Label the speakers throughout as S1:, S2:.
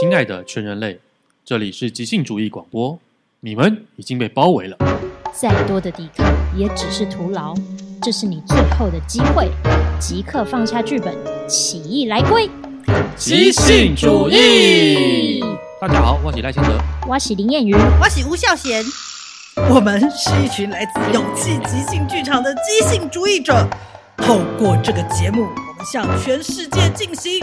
S1: 亲爱的全人类，这里是即兴主义广播，你们已经被包围了。
S2: 再多的抵抗也只是徒劳，这是你最后的机会，即刻放下剧本，起义来归！
S1: 即兴主义，大家好，我是赖清德。
S2: 我是林燕瑜，
S3: 我喜吴孝贤。我们是一群来自勇气即兴剧场的即兴主义者。透过这个节目，我们向全世界进行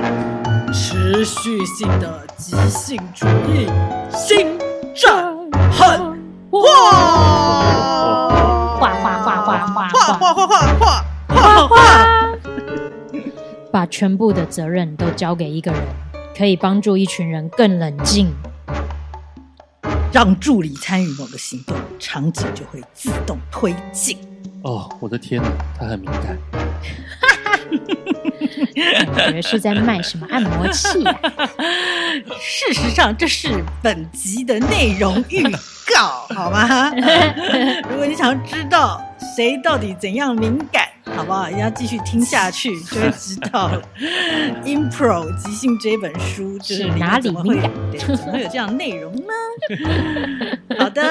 S3: 持续性的即兴主义新战狠话。
S2: 画画画画画画，
S3: 画画画画画画画。
S2: 把全部的责任都交给一个人，可以帮助一群人更冷静。
S3: 让助理参与某个行动，场景就会自动推进。
S1: 哦，我的天哪，他很敏感。
S2: 感觉是在卖什么按摩器、 啊？
S3: 事实上，这是本集的内容预告，好吗？如果你想知道谁到底怎样敏感，好不好？一定要继续听下去，就会知道了。《Impro 即兴》这本书就是
S2: 是哪里
S3: 怎么会
S2: 敏感
S3: 对怎么会有这样的内容呢？好的，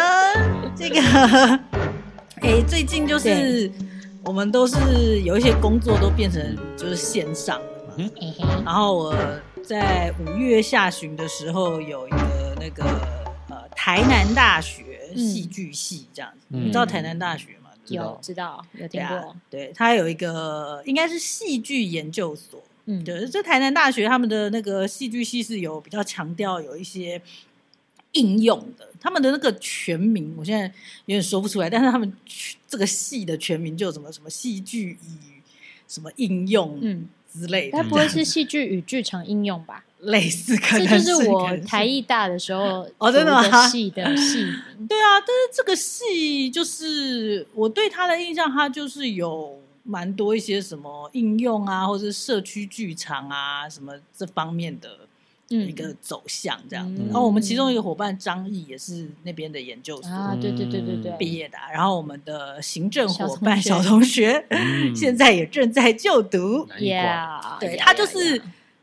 S3: 这个，哎，最近就是我们都是有一些工作都变成就是线上的嘛，
S2: 嘿嘿，
S3: 然后我在五月下旬的时候有一个那个呃台南大学戏剧系这样子，
S1: 嗯
S3: 你知道台南大学吗？
S1: 知道
S2: 有知道有
S3: 对
S2: 听
S3: 啊
S2: 过？，
S3: 对，它有一个应该是戏剧研究所。
S2: 嗯，
S3: 对，啊这台南大学他们的那个戏剧系是有比较强调有一些应用的，他们的那个全名我现在有点说不出来，但是他们这个系的全名就有什么什么戏剧与什么应用
S2: 嗯，
S3: 之类的，
S2: 该不会是戏剧与剧场应用 吧？
S3: 类似可
S2: 这
S3: 能
S2: 就是是
S3: 可
S2: 我
S3: 能是
S2: 台艺大的时候
S3: 哦真的吗
S2: 读的戏的戏名，
S3: 对啊，但是这个戏就是我对他的印象，他就是有蛮多一些什么应用啊，或者是社区剧场啊，什么这方面的
S2: 嗯
S3: 一个走向这样。
S2: 嗯
S3: 然后我们其中一个伙伴张毅也是那边的研究所
S2: 啊，对对对对
S3: 毕
S2: 对，
S3: 业的啊、然后我们的行政
S2: 小
S3: 伙
S2: 同
S3: 伴
S2: 学
S3: 小同学
S1: 嗯
S3: 现在也正在就读，
S1: 难怪。
S2: Yeah，
S3: 对
S2: yeah，
S3: 他就
S2: yeah，
S3: 是
S2: yeah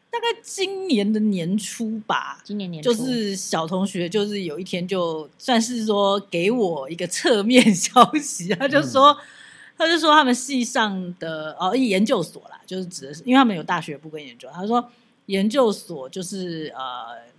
S3: 大概今年的年初吧，
S2: 今年年初
S3: 就是小同学，就是有一天就算是说给我一个侧面 消息，他就说，他就说他们系上的哦研究所啦，就是指的是，因为他们有大学部跟研究，他说研究所就是呃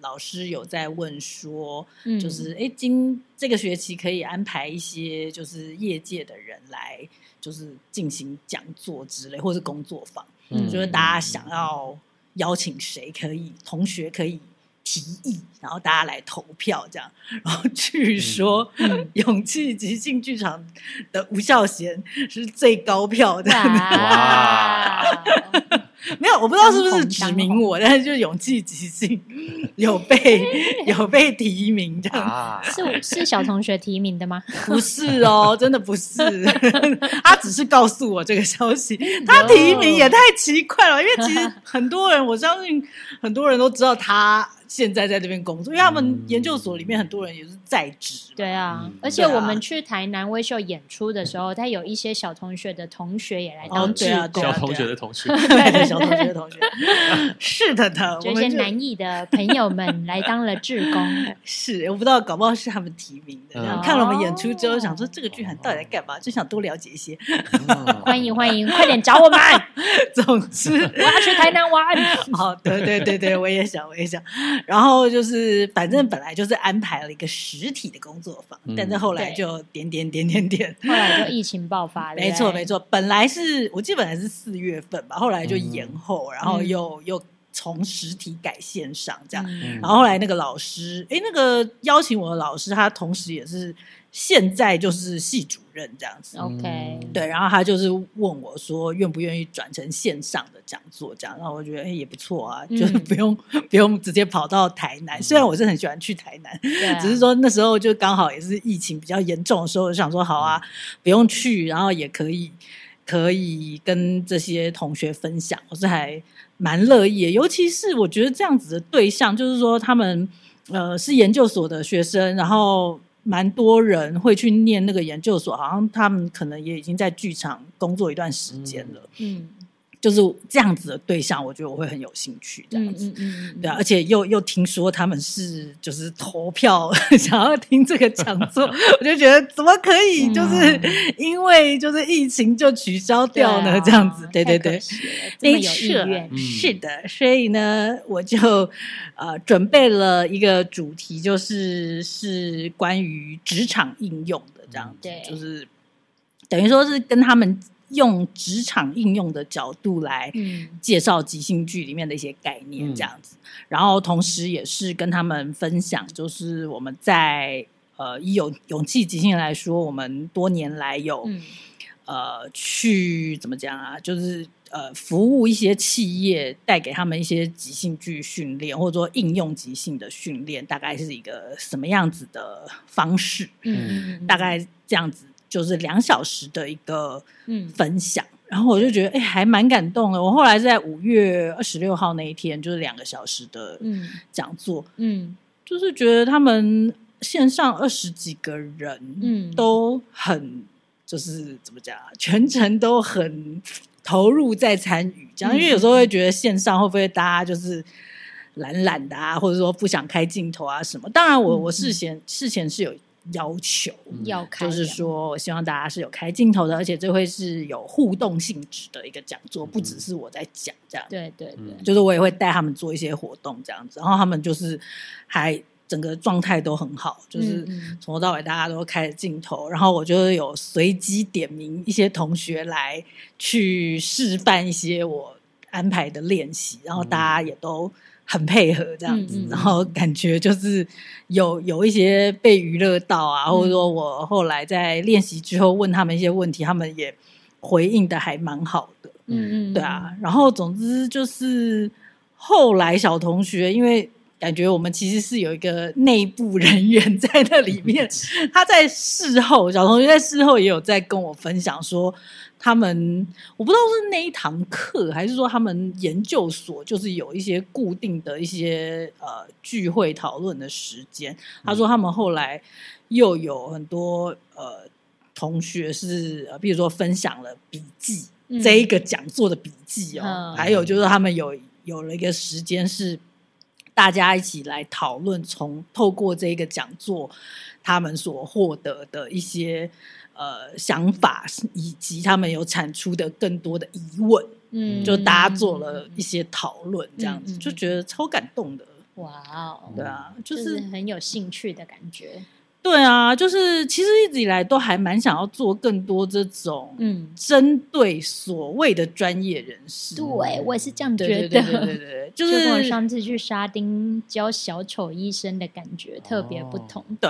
S3: 老师有在问说，
S2: 嗯
S3: 就是哎今这个学期可以安排一些就是业界的人来就是进行讲座之类，或是工作坊。
S2: 嗯
S3: 就是大家想要邀请谁，可以同学可以提议，然后大家来投票这样。 然后据说、
S2: 嗯
S3: 勇气即兴剧场的吴孝贤是最高票的，
S2: 哇，
S3: 没有，我不知道是不是指名我，但是就勇气即兴有被有被提名这样。
S1: 啊，
S2: 是是小同学提名的吗？
S3: 不是哦，真的不是， 他只是告诉我这个消息。 他提名也太奇怪了，因为其实很多人，我相信很多人都知道他现在在这边工作，因为他们研究所里面很多人也是在职嘛。
S2: 嗯对啊
S1: 嗯，
S2: 而且
S3: 对啊
S2: 我们去台南微秀演出的时候，他有一些小同学的同学也来
S3: 哦
S2: 当志
S3: 对啊
S2: 工
S3: 对
S1: 小
S3: 啊，
S1: 同学的同 学，
S3: 对，小同学同学，是 的的，
S2: 就一
S3: 我
S2: 些
S3: 们就
S2: 南艺的朋友 们来当了志工，
S3: 是我不知道，搞不好是他们提名的。
S1: 嗯
S3: 然后看了我们演出之后，想说这个剧团到底在干
S2: 哦
S3: 嘛，就想多了解一些。
S1: 嗯
S2: 欢迎欢迎，快点找我们，
S3: 总之，
S2: 我要去台南玩。
S3: 好，对对对对，我也想，我也想。然后就是，反正本来就是安排了一个实体的工作坊，
S1: 嗯
S3: 但是后来
S2: 对
S3: 就点点点点点。
S2: 后来就疫情爆发，
S3: 没错没
S2: 错，
S3: 错，本来是我记得本来是四月份吧，后来就延后，然后又、又从实体改线上这样。
S2: 嗯
S3: 然后后来那个老师，诶，那个邀请我的老师，他同时也是现在就是系主任这样
S2: 哦
S3: 子。
S2: ，OK，
S3: 对，然后他就是问我说，愿不愿意转成线上的讲座这样？然后我觉得，哎、也不错啊，
S2: 嗯
S3: 就是不用 不用直接跑到台南。虽然我是很喜欢去台南，
S2: 对啊
S3: 只是说那时候就刚好也是疫情比较严重的时候，我就想说好啊，不用去，然后也可以可以跟这些同学分享，我是还蛮乐意的。尤其是我觉得这样子的对象，就是说他们呃是研究所的学生，然后蛮多人会去念那个研究所，好像他们可能也已经在剧场工作一段时间了。
S2: 嗯，
S3: 就是这样子的对象，我觉得我会很有兴趣这样子。
S2: 嗯
S3: 对啊，而且又又听说他们是就是投票 想要听这个讲 座，我就觉得怎么可以就是
S2: 嗯
S3: 因为就是疫情就取消掉
S2: 啊
S3: 呢？这样子，对对对，
S2: 这么
S3: 没
S2: 有
S3: 啊
S2: 意
S3: 错
S2: 愿，
S1: 嗯
S3: 是的，所以呢，我就呃准备了一个主题，就是是关于职场应用的这样子
S2: 对，
S3: 就是等于说是跟他们用职场应用的角度来
S2: 嗯
S3: 介绍即兴剧里面的一些概念
S1: 嗯
S3: 这样子，然后同时也是跟他们分享，就是我们在呃以勇勇气即兴来说，我们多年来有、
S2: 嗯
S3: 呃去怎么讲啊，就是呃服务一些企业，带给他们一些即兴剧训练，或者说应用即兴的训练，大概是一个什么样子的方式？
S2: 嗯，
S3: 大概这样子，就是两小时的一个
S2: 嗯
S3: 分享。然后我就觉得，哎、还蛮感动的。我后来是在五月二十六号那一天，就是两个小时的
S2: 嗯
S3: 讲座，
S2: 嗯
S3: 就是觉得他们线上二十几个人，
S2: 嗯
S3: 都很就是怎么讲啊，全程都很投入在参与，这样，
S2: 嗯
S3: 因为有时候会觉得线上会不会大家就是懒懒的啊，或者说不想开镜头啊什么。当然我，我
S2: 嗯嗯
S3: 事前事前是有要求，
S1: 嗯
S2: 要开
S3: 就是
S2: 两
S3: 说我希望大家是有开镜头的，而且这会是有互动性质的一个讲座，不只是我在讲这样。
S2: 对对
S1: 嗯
S2: 嗯对，
S3: 就是我也会带他们做一些活动这样子，然后他们就是还整个状态都很好，就是
S2: 嗯嗯
S3: 从头到尾大家都开着镜头，然后我就是有随机点名一些同学来去示范一些我安排的练习，然后大家也都。很配合这样子，
S2: 嗯嗯嗯
S3: 然后感觉就是有有一些被娱乐到啊，
S2: 嗯
S3: 或者说我后来在练习之后问他们一些问题，他们也回应的还蛮好的。
S2: 嗯嗯，
S3: 对啊，然后总之就是后来小同学，因为感觉我们其实是有一个内部人员在那里面，他在事后，小同学在事后也有在跟我分享说，他们我不知道是那一堂课，还是说他们研究所就是有一些固定的一些呃聚会讨论的时间，他说他们后来又有很多呃同学是呃，比如说分享了笔记，
S2: 嗯
S3: 这一个讲座的笔记哦，
S2: 嗯
S3: 还有就是他们有有了一个时间是大家一起来讨论从透过这个讲座他们所获得的一些呃想法，以及他们有产出的更多的疑问，
S2: 嗯，
S3: 就大家做了一些讨论，这样
S2: 嗯
S3: 子、
S2: 嗯嗯
S3: 就觉得超感动的。
S2: 哇哦，
S3: 对啊，就
S2: 就是
S3: 是
S2: 很有兴趣的感觉，
S3: 对啊，就是其实一直以来都还蛮想要做更多这种
S2: 嗯，
S3: 针对所谓的专业人士，
S2: 对我也是这样觉
S3: 对对
S2: 得，
S3: 对对对对，就
S2: 就跟我
S3: 是
S2: 上次去沙丁教小丑医生的感觉特别
S3: 哦
S2: 不同，
S3: 对，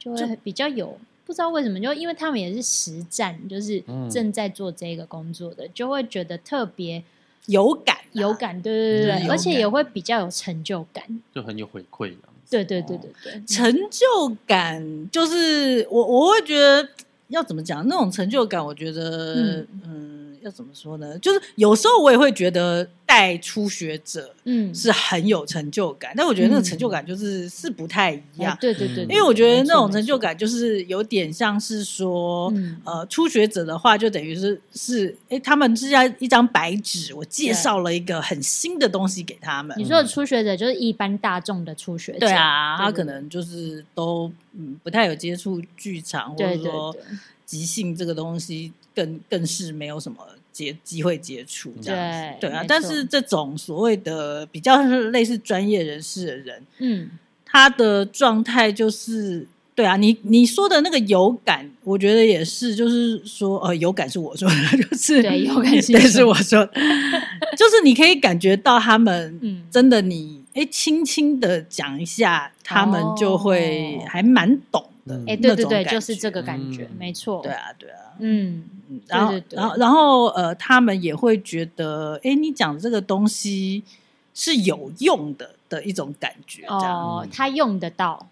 S2: 就会比较有不知道为什么，就因为他们也是实战，就是
S1: 嗯
S2: 正在做这个工作的，就会觉得特别
S3: 有感啊
S2: 有，感，对对对
S3: 嗯有
S2: 对，
S3: 感
S2: 而且也会比较有成就感，
S1: 就很有回馈这样子
S2: 对对对
S3: 哦
S2: 对 对，
S3: 成就感就是我我会觉得要怎么讲那种成就感，我觉得嗯要怎么说呢？就是有时候我也会觉得带初学者
S2: 嗯，
S3: 是很有成就感，但我觉得那个成就感就是、是不太一
S2: 哎
S3: 样。
S2: 对对对，对
S3: 嗯因为我觉得那种
S2: 没错
S3: 成就感就是有点像是说，
S2: 嗯
S3: 呃，初学者的话就等于是是，哎，他们是要一张白纸，我介
S2: 对
S3: 绍了一个很新的东西给他们
S2: 你，说的初学者就是一般大众的初学者，
S3: 嗯对啊，
S2: 对
S3: 他
S2: 对
S3: 可能就是都嗯不太有接触剧场，或
S2: 对
S3: 者
S2: 对
S3: 说
S2: 对
S3: 即兴这个东西更更是没有什么接机会接触这样子。
S2: 对
S3: 对啊
S2: 没，
S3: 但
S2: 错
S3: 是这种所谓的比较是类似专业人士的人，
S2: 嗯
S3: 他的状态就是，对啊，你你说的那个有感，我觉得也是，就是说，呃，有感是我说的， 就是
S2: 对有感是
S3: 对
S2: 你
S3: 是我说的，就是你可以感觉到他们，
S2: 嗯
S3: 真的你哎，轻轻的讲一下，他们就会
S2: 哦
S3: 还蛮懂的
S1: 嗯，
S2: 哎，
S1: 诶
S2: 对
S3: 那
S2: 对
S3: 种
S2: 对，
S3: 感
S2: 就是
S3: 觉
S2: 这个感觉，
S1: 嗯
S2: 没错，
S3: 对，啊，对啊。
S2: 嗯
S3: 嗯然后
S2: 对，对
S3: 然后，然后，呃，他们也会觉得，哎，你讲这个东西是有用的的一种感觉，这样。
S2: 哦，
S1: 嗯
S2: 他用得到，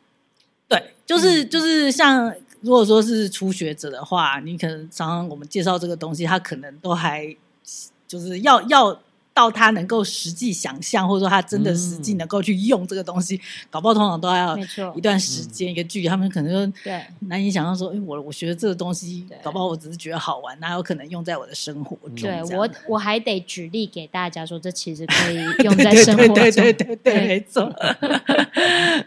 S3: 对，就是
S2: 嗯
S3: 就是像如果说是初学者的话，你可能常常我们介绍这个东西，他可能都还就是要要到他能够实际想象，或者说他真的实际
S1: 嗯
S3: 能够去用这个东西，搞不好通常都要
S2: 没错嗯
S3: 一，段时间、一个距离，他们可能就
S2: 对，
S3: 难以想象说，哎、我我学的这个东西
S2: 对，嗯
S3: 搞不好我只是觉得好玩，哪有可能用在我的生活中？
S2: 对
S3: 这样
S2: 我我还得举例给大家说，这其实 可以 用
S3: 对
S2: 在
S3: 对
S2: 生活中。
S3: 对对对对对，
S2: 对
S3: 没错，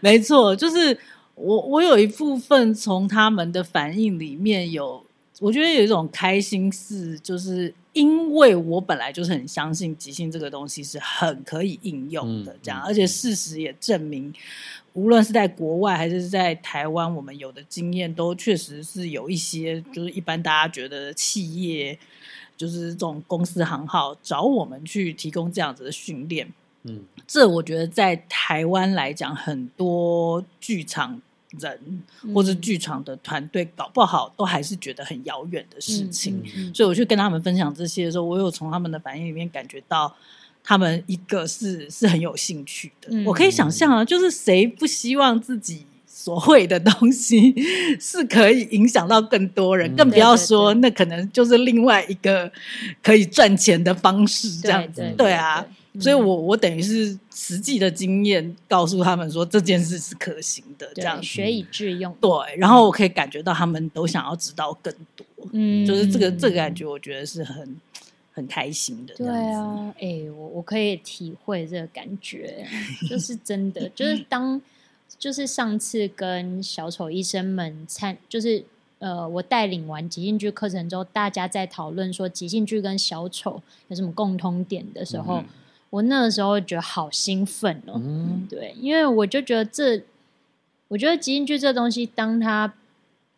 S3: 没错，就是我我有一部分从他们的反应里面有，我觉得有一种开心是，就是因为我本来就是很相信即兴这个东西是很可以应用的
S1: 嗯，
S3: 这样，
S1: 嗯
S3: 而且事实也证明。无论是在国外还是在台湾，我们有的经验都确实是有一些，就是一般大家觉得企业就是这种公司行号找我们去提供这样子的训练，
S1: 嗯，
S3: 这我觉得在台湾来讲，很多剧场人
S2: 嗯
S3: 或者剧场的团队，搞不好都还是觉得很遥远的事情。
S2: 嗯嗯嗯
S3: 所以我去跟他们分享这些的时候，我有从他们的反应里面感觉到，他们一个是是很有兴趣的。
S2: 嗯
S3: 我可以想象啊，就是谁不希望自己。所会的东西 是可以影响到更多人，
S1: 嗯
S3: 更不要说
S2: 对对
S3: 那可能就是另外一个可以赚钱的方式，这样子。
S2: 对嗯
S3: 对啊，
S2: 对
S3: 所以我我等于是实际的经验告诉他们说这件事是可行的，这
S2: 对
S3: 样嗯
S2: 学以致用，
S3: 对。然后我可以感觉到他们都想要知道更多，
S2: 嗯
S3: 就是这个这个感觉，我觉得是很很开心的。
S2: 对
S3: 这样子，
S2: 啊，哎、我我可以体会这个感觉，就是真的， 就是当就是上次跟小丑医生们参，就是呃，我带领完即兴剧课程之后，大家在讨论说即兴剧跟小丑有什么共通点的时候，
S1: 嗯
S2: 我那个时候觉得好兴奋哦，
S1: 嗯
S2: 对，因为我就觉得这，我觉得即兴剧这东西，当它，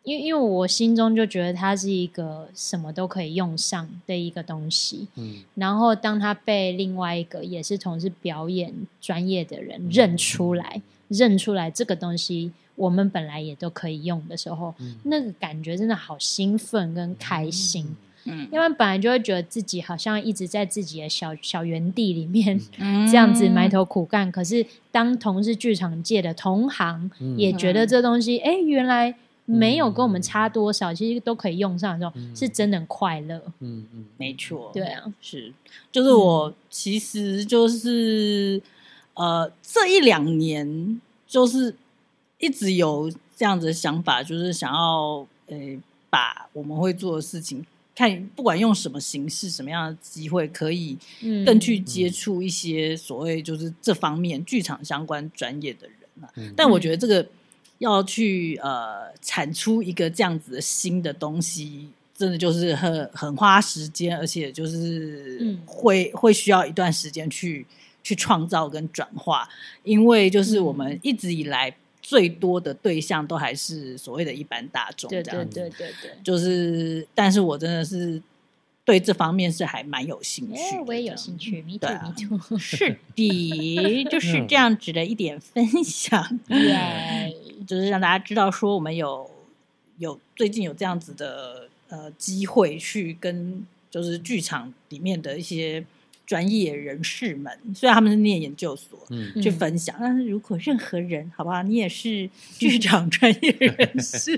S2: 因为因为我心中就觉得它是一个什么都可以用上的一个东西，
S1: 嗯
S2: 然后当它被另外一个也是从事表演专业的
S3: 嗯
S2: 人认出来，认出来这个东西我们本来也都可以用的时候，
S1: 嗯
S2: 那个感觉真的好兴奋跟开心。
S3: 嗯
S2: 要不然本来就会觉得自己好像一直在自己的小小园地里面，
S3: 嗯
S2: 这样子埋头苦干。可是当同是剧场界的同行，
S1: 嗯
S2: 也觉得这东西，哎、原来没有跟我们差多少，
S3: 嗯
S2: 其实都可以用上的时候，
S1: 嗯
S2: 是真的很快乐。
S1: 嗯嗯，
S3: 没错，
S2: 对啊，嗯
S3: 是，就是我其实就是、呃这一两年就是一直有这样子的想法，就是想要呃把我们会做的事情。看，不管用什么形式、什么样的机会，可以
S2: 嗯，
S3: 更去接触一些所谓就是这方面剧场相关专业的人啊。
S1: 嗯
S3: 但我觉得这个要去呃产出一个这样子的新的东西，真的就是很很花时间，而且就是
S2: 嗯
S3: 会、会需要一段时间去去创造跟转化，因为就是我
S2: 嗯
S3: 们一直以来最多的对象都还是所谓的一般大众这
S2: 对
S3: 样子。
S2: 对对对对。
S3: 就是，但是我真的是对这方面是还蛮有兴趣
S2: 哎、
S3: 的
S2: 我也有兴。趣，me too
S3: 对啊
S2: me too，
S3: 是的，就是
S1: 嗯
S3: 这样子的一点分享，啊
S2: 耶！
S3: 就是让大家知道说我们有有最近有这样子的呃机会去跟就是剧场里面的一些专业人士们，虽然他们是念研究所，
S1: 嗯
S2: 嗯
S3: 去分享。但是如果任何人，好不好？你也是剧场专业 人士，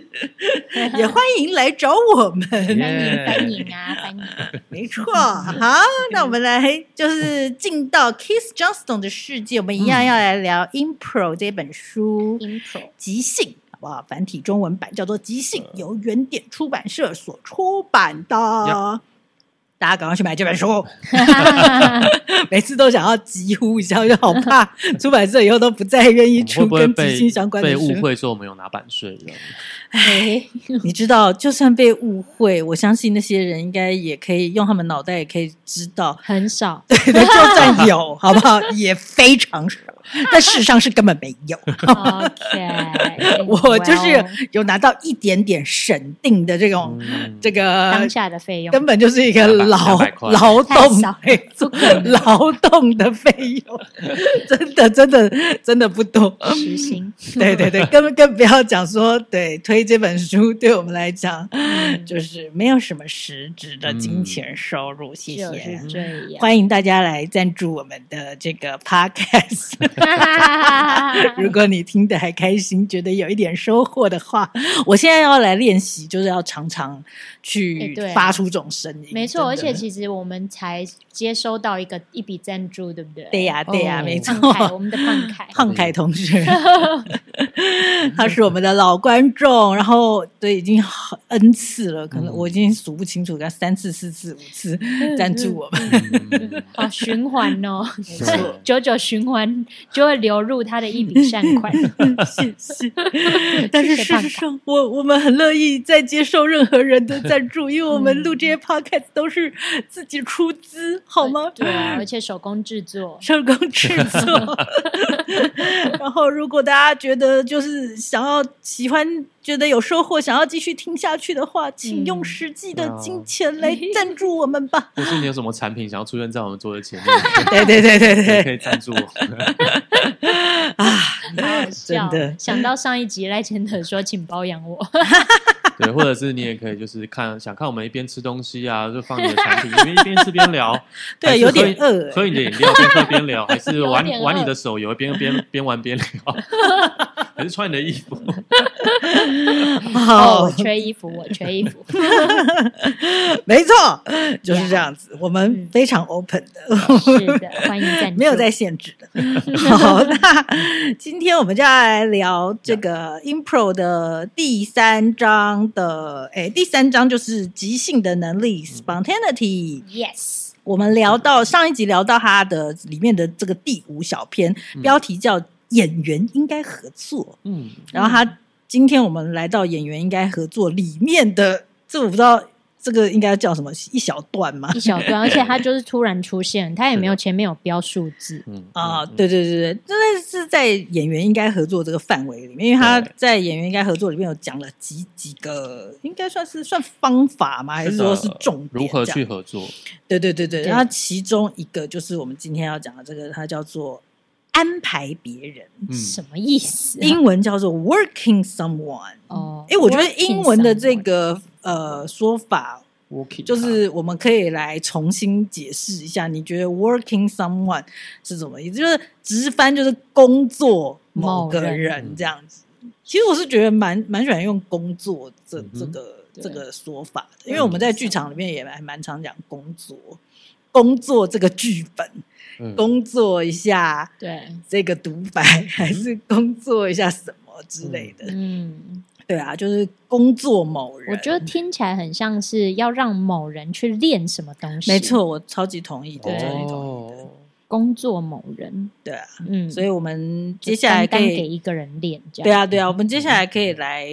S3: 嗯也欢迎来找我们。
S2: 欢迎
S1: Yeah
S2: 欢迎啊，欢迎！
S3: 没错，
S1: 嗯
S3: 好，那我们来就是进到 Keith Johnston 的世界，我们一样
S1: 嗯
S3: 要来聊《Impro》这本书，
S2: Impro
S3: 即兴。好不好？繁体中文版叫做《即兴》，
S1: 嗯
S3: 由原点出版社所出版的。
S1: Yeah
S3: 大家赶快去买这本书， 每次都想要疾呼一下，我就好 怕出版社以后都不再愿意
S1: 会
S3: 出
S1: 不会
S3: 跟即
S1: 被
S3: 兴相关的
S1: 被
S3: 书。
S1: 误会说我们有拿版税的？
S2: 哎，，
S3: 你知道，就算被误会，我相信那些人应该也可以用他们脑袋也可以知道
S2: 很少，
S3: 就算有，好不好？也非常少，但事实上是根本没 有。
S2: OK， 哎
S3: 我就
S2: well，
S3: 是有拿到一点点审定的这种、
S1: 嗯
S3: 哦这个
S2: 当。下的费用
S3: 呃根本就是一个
S1: 200
S3: 劳
S1: 200块
S3: 劳动
S2: 太少了
S3: 没错劳动的费用，真的真的真的不多。
S2: 实行，
S3: 对对对，更更不要讲说，对推这本书对我们来讲，
S2: 嗯
S3: 就是没有什么实质的
S1: 嗯
S3: 金钱收入， 谢
S2: 就
S3: 谢
S2: 是。这样。
S3: 欢迎大家来赞助我们的这个 podcast。如 果你听得还开心，觉得有一点收获的 话，我现在要来练习，就是要常常
S2: 哎
S3: 去
S2: 对啊
S3: 发出这种声音。
S2: 没错，而且其实我们才接收到一个一笔赞助，对不对？
S3: 对呀、对呀、
S1: 哦
S3: 没错
S2: 胖。凯，我们的胖凯，
S3: 胖凯 同学， 他是我们的老观众，然后对已经很 n 次了，可能
S1: 嗯
S3: 我已经数不清楚，他三次、四次、五次赞助我们。
S1: 嗯
S2: 好循环 哦，
S1: 没错
S2: 久久循环就会流入他的一笔善 款。
S3: 谢 谢。 但是
S2: 嗯谢谢
S3: 事
S2: 胖
S3: 实
S2: 凯
S3: 上，我我们很乐意再接受任何人的赞助，因为我
S2: 嗯
S3: 们录这些 podcast 都是自己出资，好吗？
S2: 对啊，而且手工制作，
S3: 手工制作。然后，如果大家觉得就是想要喜欢，觉得有收获，想要继续听下去的话，请用实际的金钱来赞助我们 吧。
S1: 或是你有什么产品想要出现在我们桌的前
S3: 对对对对
S1: 面，也可以赞助 我们。
S2: 好好笑。
S3: 真的，
S2: 想到上一集赖千德说请包养我，
S1: 对，或者是你也可以就是看想看我们一边吃东西啊，就放你的产品，因为一边吃边聊
S3: 对
S1: 还是
S3: 有点
S1: 喝
S3: 饿欸
S1: 喝你的饮料边喝边聊， 还是
S2: 有
S1: 玩
S2: 点饿
S1: 玩你的手游边边边玩边聊，还是穿你的衣服，
S2: 哦， 我缺衣服，我缺衣 服。
S3: 没错，就是这样子。我们非常 open 的，
S2: 是的，欢迎赞助。
S3: 没有在限制的。好，那今天我们就要来聊这个 Impro 的第三章的，哎，第三章就是即兴的能力 （spontaneity）。
S2: yes，
S3: 我们聊到上一集聊到它的里面的这个第五小篇，
S1: 嗯
S3: 标题叫“演员应该合作
S1: 嗯，”。
S3: 然后它今天我们来到“演员应该合作”里面的，这我不知道这个应该叫什么一小段吗
S2: 一？小段，而且他就是突然出现，他也没有前面有标数字。
S1: 嗯
S3: 啊，
S1: 嗯
S3: 对对对对，真的是在演员应该合作这个范围里面，因为他
S1: 对
S3: 在演员应该合作里面有讲了几几个，应该算是算方法吗？还是说是
S1: 的
S3: 重点？
S1: 如何去？合作？
S3: 对对对对，
S2: 对
S3: 然后其中一个就是我们今天要讲的这个，它叫做安排别人，
S1: 嗯，
S2: 什么意思啊？
S3: 英文叫做 working someone。
S2: 哦，
S3: 哎，我觉得英文的这
S2: working
S3: 个呃说法，
S1: working
S3: 就是我们可以来重新解释一下，你觉得 working someone 是什么意思？就是直翻就是工作某个
S2: 某人
S3: 人
S1: 嗯
S3: 这样子。其实我是觉得蛮蛮喜欢用工作这
S1: 嗯哼
S3: 这个
S2: 对
S3: 这个说法的，因
S1: Working
S3: 为我们在剧场里面也还蛮常讲工作，工作这个剧本，
S1: 嗯
S3: 工作一下
S2: 对，
S3: 这个独白，还是工作一下什么之类的。
S2: 嗯，
S3: 对啊，就是工作某人，
S2: 我觉得听起来很像是要让某人去练什么东西，
S3: 没，错，我超级同意的，
S2: 对
S3: 超级同意。
S1: 哦，
S2: 工作某人，
S3: 对啊，
S2: 嗯，
S3: 所以我们
S2: 就
S3: 接下来可
S2: 单单给
S3: 以，
S2: 一个人练这样，
S3: 对啊，对啊，我们接下来可以来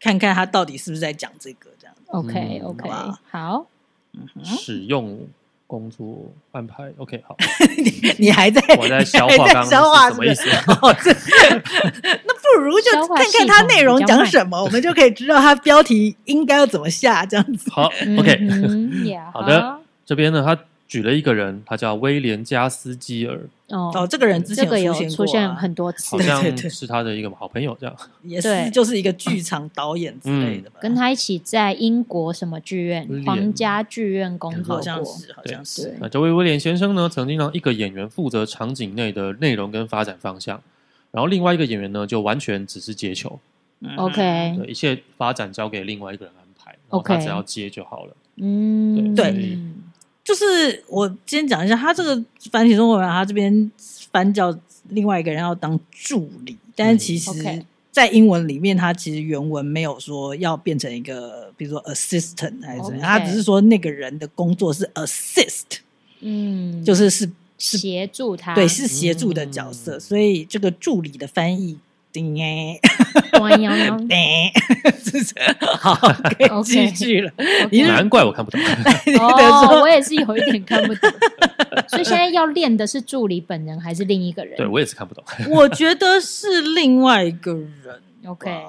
S3: 看看他到底是不是在讲这个这样。
S2: ，OK
S1: 嗯
S2: OK，
S3: 好吧
S2: 好，
S3: 嗯哼，
S1: 使用工作安排，OK，好，
S3: 你还在，
S1: 我在消
S3: 还
S1: 化
S3: 在
S1: 刚
S3: 消化
S1: 刚是什么意
S3: 是不
S1: 思
S3: 是？ 哦，这那不如
S2: 消
S3: 就
S2: 化
S3: 看看它
S2: 系统
S3: 内容
S2: 比较
S3: 讲
S2: 慢
S3: 什么，我们就可以知道它标题应该要怎么下这样子。
S1: 好，OK，好
S2: 嗯
S3: 嗯
S2: 好
S1: 的，这边呢，他举了一个人，他叫威廉加斯基尔，
S3: 哦，
S2: 哦，
S3: 这个人之
S2: 这
S3: 前
S2: 个有
S3: 现
S2: 出
S3: 过
S2: 现
S3: 啊
S2: 很多次
S1: 好，像
S3: 对对
S1: 是他的一个好朋友， 这样。
S3: 也
S2: 对
S3: 是就是一个剧场导演之类的吧，
S2: 跟他一起在英国什么剧院，
S1: William
S2: 皇家剧院工作
S3: 好像
S2: 过，
S3: 是好像是
S2: 对
S1: 那这位威廉先生呢，曾经让一个演员负责场景内的内容跟发展方向，然后另外一个演员呢，就完全只是接球，
S3: 嗯
S2: OK，
S1: 对，一切发展交给另外一个人安排，然后他
S2: OK
S1: 只要接就好了。
S2: 嗯，
S1: 对
S3: 对
S2: 嗯
S3: 就是我先讲一下，他这个繁体中文啊版，他这边翻叫另外一个人要当助理，但是其
S2: 嗯
S3: 实
S2: ，OK，
S3: 在英文里面，他其实原文没有说要变成一个，比如说 assistant 还是怎么样，
S2: OK
S3: 他只是说那个人的工作是 assist，
S2: 嗯，
S3: 就是是是
S2: 协助他，
S3: 对是协助的角色，
S1: 嗯
S3: 所以这个助理的翻译。 叮哎
S2: 弯 腰腰
S3: 叮，是这样好，可以
S2: OK
S3: 继续 了。
S2: OK
S3: 嗯
S1: 难怪我看 不懂，
S2: 哦，我也是有一点看不懂。 所以现在要练的是助理本人还是另一个人？
S1: 对我也是看不懂。
S3: 我觉得是另外一个人，
S2: o k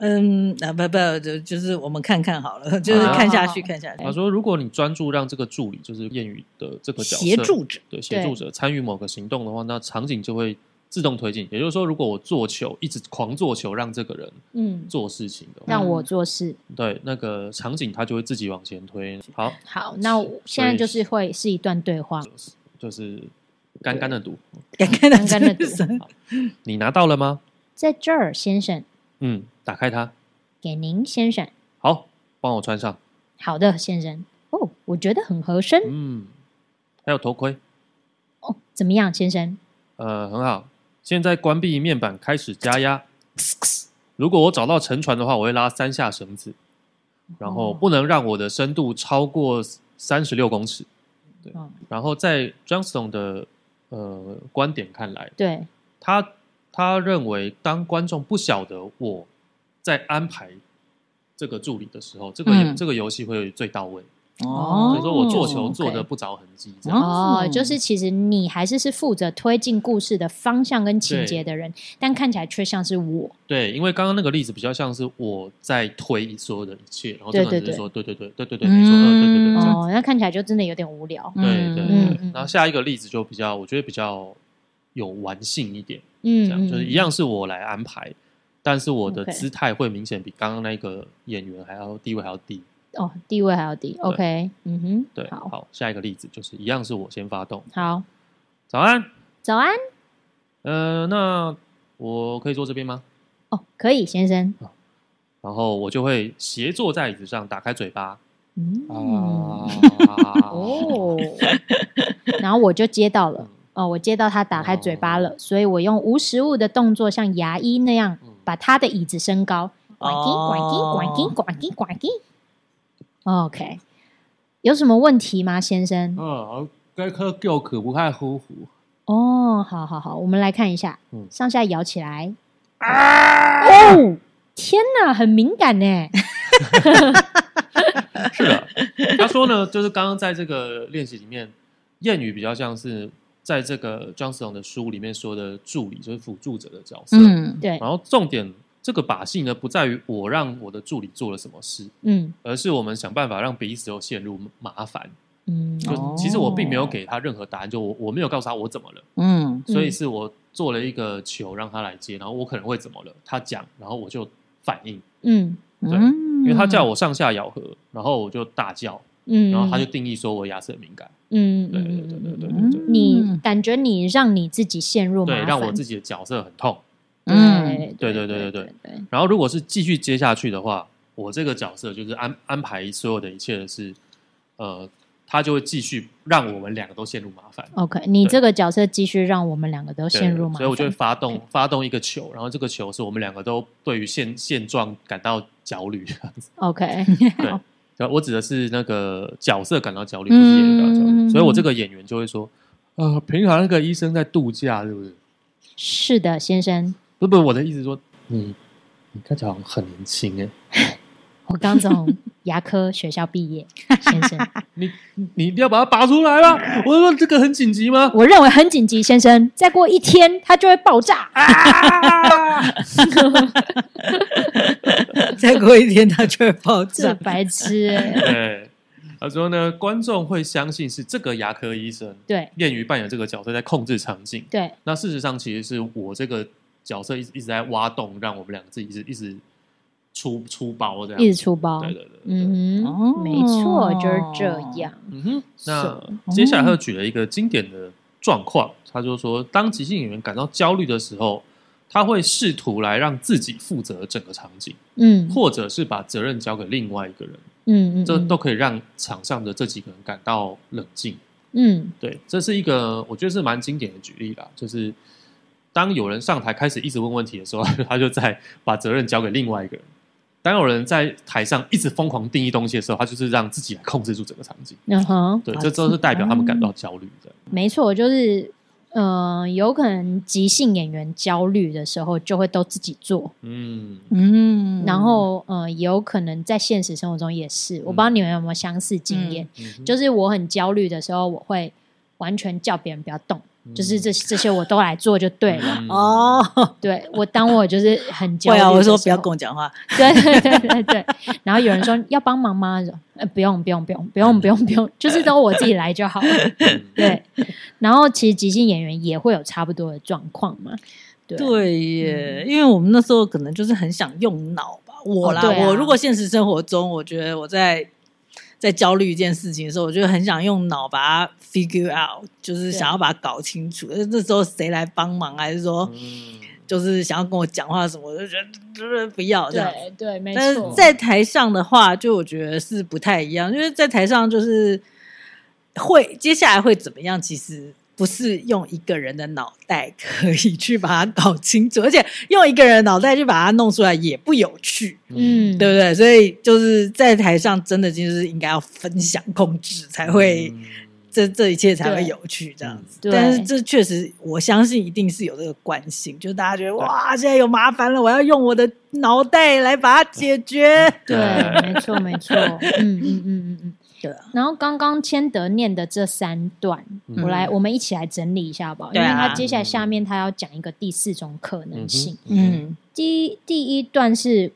S3: 嗯，啊不不，就就是我们看看好了， 就是
S1: 好
S3: 看下
S2: 好
S3: 去
S2: 好
S3: 看下去
S1: 啊他。说，如果你专注让这个助理，就是谚语的这个角色
S3: 协助
S2: 嗯
S3: 者，
S1: 对协助者参与某个行动的话，那场景就会自动推进。也就是说，如果我做球，一直狂做球，让这个人
S2: 嗯，
S1: 做事情的话，
S2: 让我做事。
S1: 对那个场景它就会自己往前推。好，
S2: 好，那我现在就是会是一段对话。
S1: 就是干干的读，
S3: 敢看到
S2: 刚刚那
S3: 这是什么
S1: 你拿到了吗？
S2: 在这儿，先生，
S1: 嗯，打开它，
S2: 给您，先生。
S1: 好，帮我穿上。
S2: 好的，先生。哦，我觉得很合身
S1: 嗯，还有头盔，
S2: 哦。怎么样，先生？
S1: 呃，很好。现在关闭面板，开始加压。如果我找到沉船的话，我会拉三下绳子，然后
S2: 哦
S1: 不能让我的深度超过三十六公尺。
S2: 嗯，
S1: 然后在 Johnston 的呃观点看来，
S2: 对，
S1: 他他认为，当观众不晓得我在安排这个助理的时候，这个、
S3: 嗯
S1: 这个游戏会最到位。
S2: 哦
S1: 所以说我做球
S3: ，OK
S1: 做的不着痕迹，这样、
S3: 哦
S2: 哦，就是其实你还是是负责推进故事的方向跟情节的人，但看起来却像是我。
S1: 对，因为刚刚那个例子比较像是我在推所有的一切，然后这个
S2: 对
S1: 人
S2: 对
S1: 就
S2: 对
S1: 说对对对对对对，没错，呃对对对，
S3: 嗯
S1: 这样子
S2: 哦，那看起来就真的有点无聊。
S1: 对对
S2: 嗯
S1: 对
S2: 嗯
S1: 然后下一个例子就比较，我觉得比较有玩性一点，这
S2: 嗯，
S1: 样就是
S2: 嗯
S1: 一样是我来安排，但是我的
S2: OK
S1: 姿态会明显比刚刚那个演员还要地位还要低。
S2: 哦，地位还要低。OK，嗯哼，
S1: 对，
S2: 好，
S1: 下一个例子就是一样是我先发动。
S2: 好，
S1: 早安，
S2: 早安
S1: 呃，那我可以坐这边吗？
S2: 哦，可以，先生。
S1: 然后我就会斜坐在椅子上，打开嘴巴
S2: 嗯，
S1: 啊，
S2: 哦，然后我就接到了
S1: 嗯，。
S2: 哦，我接到他打开嘴巴
S1: 哦
S2: 了，所以我用无实物的动作，像牙医那样
S1: 嗯
S2: 把他的椅子升高，拐击拐击拐击
S3: 哦
S2: 拐击拐击。OK，有什么问题吗，先生？
S1: 嗯，该颗狗可不太呼呼。
S2: 哦，好好好，我们来看一下，
S1: 嗯
S2: 上下摇起来。哦，天哪，很敏感 呢。
S1: 是的，他说呢，就是刚刚在这个练习里面，谚语比较像是在这个 Johnson 的书里面说的助理，就是辅助者的角色。
S3: 嗯，
S2: 对，
S1: 然后重点，这个把戏呢，不在于我让我的助理做了什么事，
S2: 嗯
S1: 而是我们想办法让彼此都陷入麻烦。
S2: 嗯，
S3: 哦
S1: 就其实我并没有给他任何答案，就我我没有告诉他我怎么了，
S3: 嗯
S1: 所以是我做了一个球让他来接，然后我可能会怎么了，他讲，然后我就反应，
S2: 嗯
S1: 对
S3: 嗯，
S1: 因
S3: 因
S1: 为他叫我上下咬合，然后我就大叫，
S2: 嗯，
S1: 然后他就定义说我牙齿很敏感，
S2: 嗯，
S1: 对
S2: 嗯
S1: 对对对对
S2: 嗯嗯嗯你感觉你让你自己陷入麻
S1: 对，
S2: 烦，
S1: 让我自己的角色很痛。
S3: 嗯
S2: 对对
S1: 对对
S2: 对
S1: 对对
S2: 对，
S1: 然后如果是继续接下去的话，我这个角色就是安安排所有的一切的是，呃，他就会继续让我们两个都陷入麻烦。
S2: OK，你
S1: 对
S2: 这个角色继续让我们两个都
S1: 对
S2: 陷入麻烦，嗯
S1: 所以我就会发动发动一个球，然后这个球是我们两个都对于现现状感到焦虑 这样子。
S2: OK，
S1: 对
S2: 好，
S1: 然后我指的是那个角色感到焦虑，不是演员感到焦
S2: 嗯
S1: 虑。所以我这个演员就会说，呃，平常那个医生在度假，对不对？
S2: 是的，先 生，
S1: 不不，我的意思说，你你看起来好像很年轻哎，
S2: 我刚从牙科学校毕业，先生，
S1: 你你一定要把它拔出来啦！我说这个很紧急吗？
S2: 我认为很紧急，先生，再过一天它就会爆炸，
S3: 嗯再过一天他就会爆
S2: 这
S3: 炸。
S2: 白痴欸，
S1: 对，哎他说呢，观众会相信是这个牙科医生
S2: 对
S1: 谚语扮演这个角色在控制场景。
S2: 对，
S1: 那事实上，其实是我这个角色一直一直在挖洞，让我们两个自己一直一直出出包这样。
S2: 一直出包
S1: 对，对对对，对
S2: 嗯
S3: 哦
S2: 哼，没错，就是这样，
S1: 嗯哼。那
S2: So-
S1: 接下来他又举了一个经典的状况，他就说，当即兴演员感到焦虑的时候，他会试图来让自己负责整个场景，
S2: 嗯
S1: 或者是把责任交给另外一个人，
S2: 嗯嗯，
S1: 这
S2: 嗯
S1: 都可以让场上的这几个人感到冷静。
S2: 嗯
S1: 对，这是一个我觉得是蛮经典的举例啦，就是当有人上台开始一直问问题的时候， 他就在把责任交给另外一个人；当有人在台上一直疯狂定义东西的时候，他就是让自己来控制住整个场景。
S2: 嗯哼。
S1: 对，这都是代表他们感
S2: 嗯
S1: 到焦虑的。
S2: 没错，就是呃，有可能即兴演员焦虑的时候就会都自己做，
S1: 嗯，
S3: 嗯
S2: 然后呃，也有可能在现实生活中也是。我不知
S3: 嗯
S2: 道你们有没有相似经验，
S1: 就
S2: 就是我很焦虑的时候，我会完全叫别人不要动，
S1: 嗯
S2: 就是
S3: 嗯
S2: 这这些我都来做就对 了。
S3: 哦，
S2: 对我，当我就是很焦
S3: 会
S2: 虑，
S3: 啊，我说不要跟。我讲话，
S2: 对对对对对。然后有人说要帮忙吗？我说呃，不用不用不用不用不用不用，就是都我自己来就好了。对，然后其实即兴演员也会有差不多的状况嘛。对，嗯
S3: 对耶，因为我们那时候可能就是很想用脑吧，我啦，
S2: 哦对啊
S3: 我如果现实生活中，我觉得我在在焦虑一件事情的时候，我就很想用脑把它 figure out，就是
S2: 对
S3: 想要把它搞清楚。那那时候谁来帮忙，还是说
S1: 嗯
S3: 就是想要跟我讲话什么，我就觉得就是不要这样子。
S2: 对对，没
S3: 但是
S2: 错，
S3: 在台上的话，就我觉得是不太一样，因为在台上就是会接下来会怎么样，其实不是用一个人的脑袋可以去把它搞清楚，而且用一个人的脑袋去把它弄出来也不有趣，
S2: 嗯，
S3: 对不对？所以就是在台上真的就是应该要分享控制才会。
S1: 嗯
S3: 这这一切才会有趣，这样子。
S2: 对
S3: 但是这确实，我相信一定是有这个惯性，就是大家觉得哇，现在有麻烦了，我要用我的脑袋来把它解决。
S2: 对，没错，没错，嗯嗯嗯嗯嗯，
S3: 对啊。
S2: 然后刚刚千德念的这三段，
S1: 嗯
S2: 我来，我们一起来整理一下吧，因
S3: 对
S2: 为
S3: 啊
S2: 他接下来下面他要讲一个第四种可能性。
S1: 嗯
S3: 嗯
S2: 第一第一段是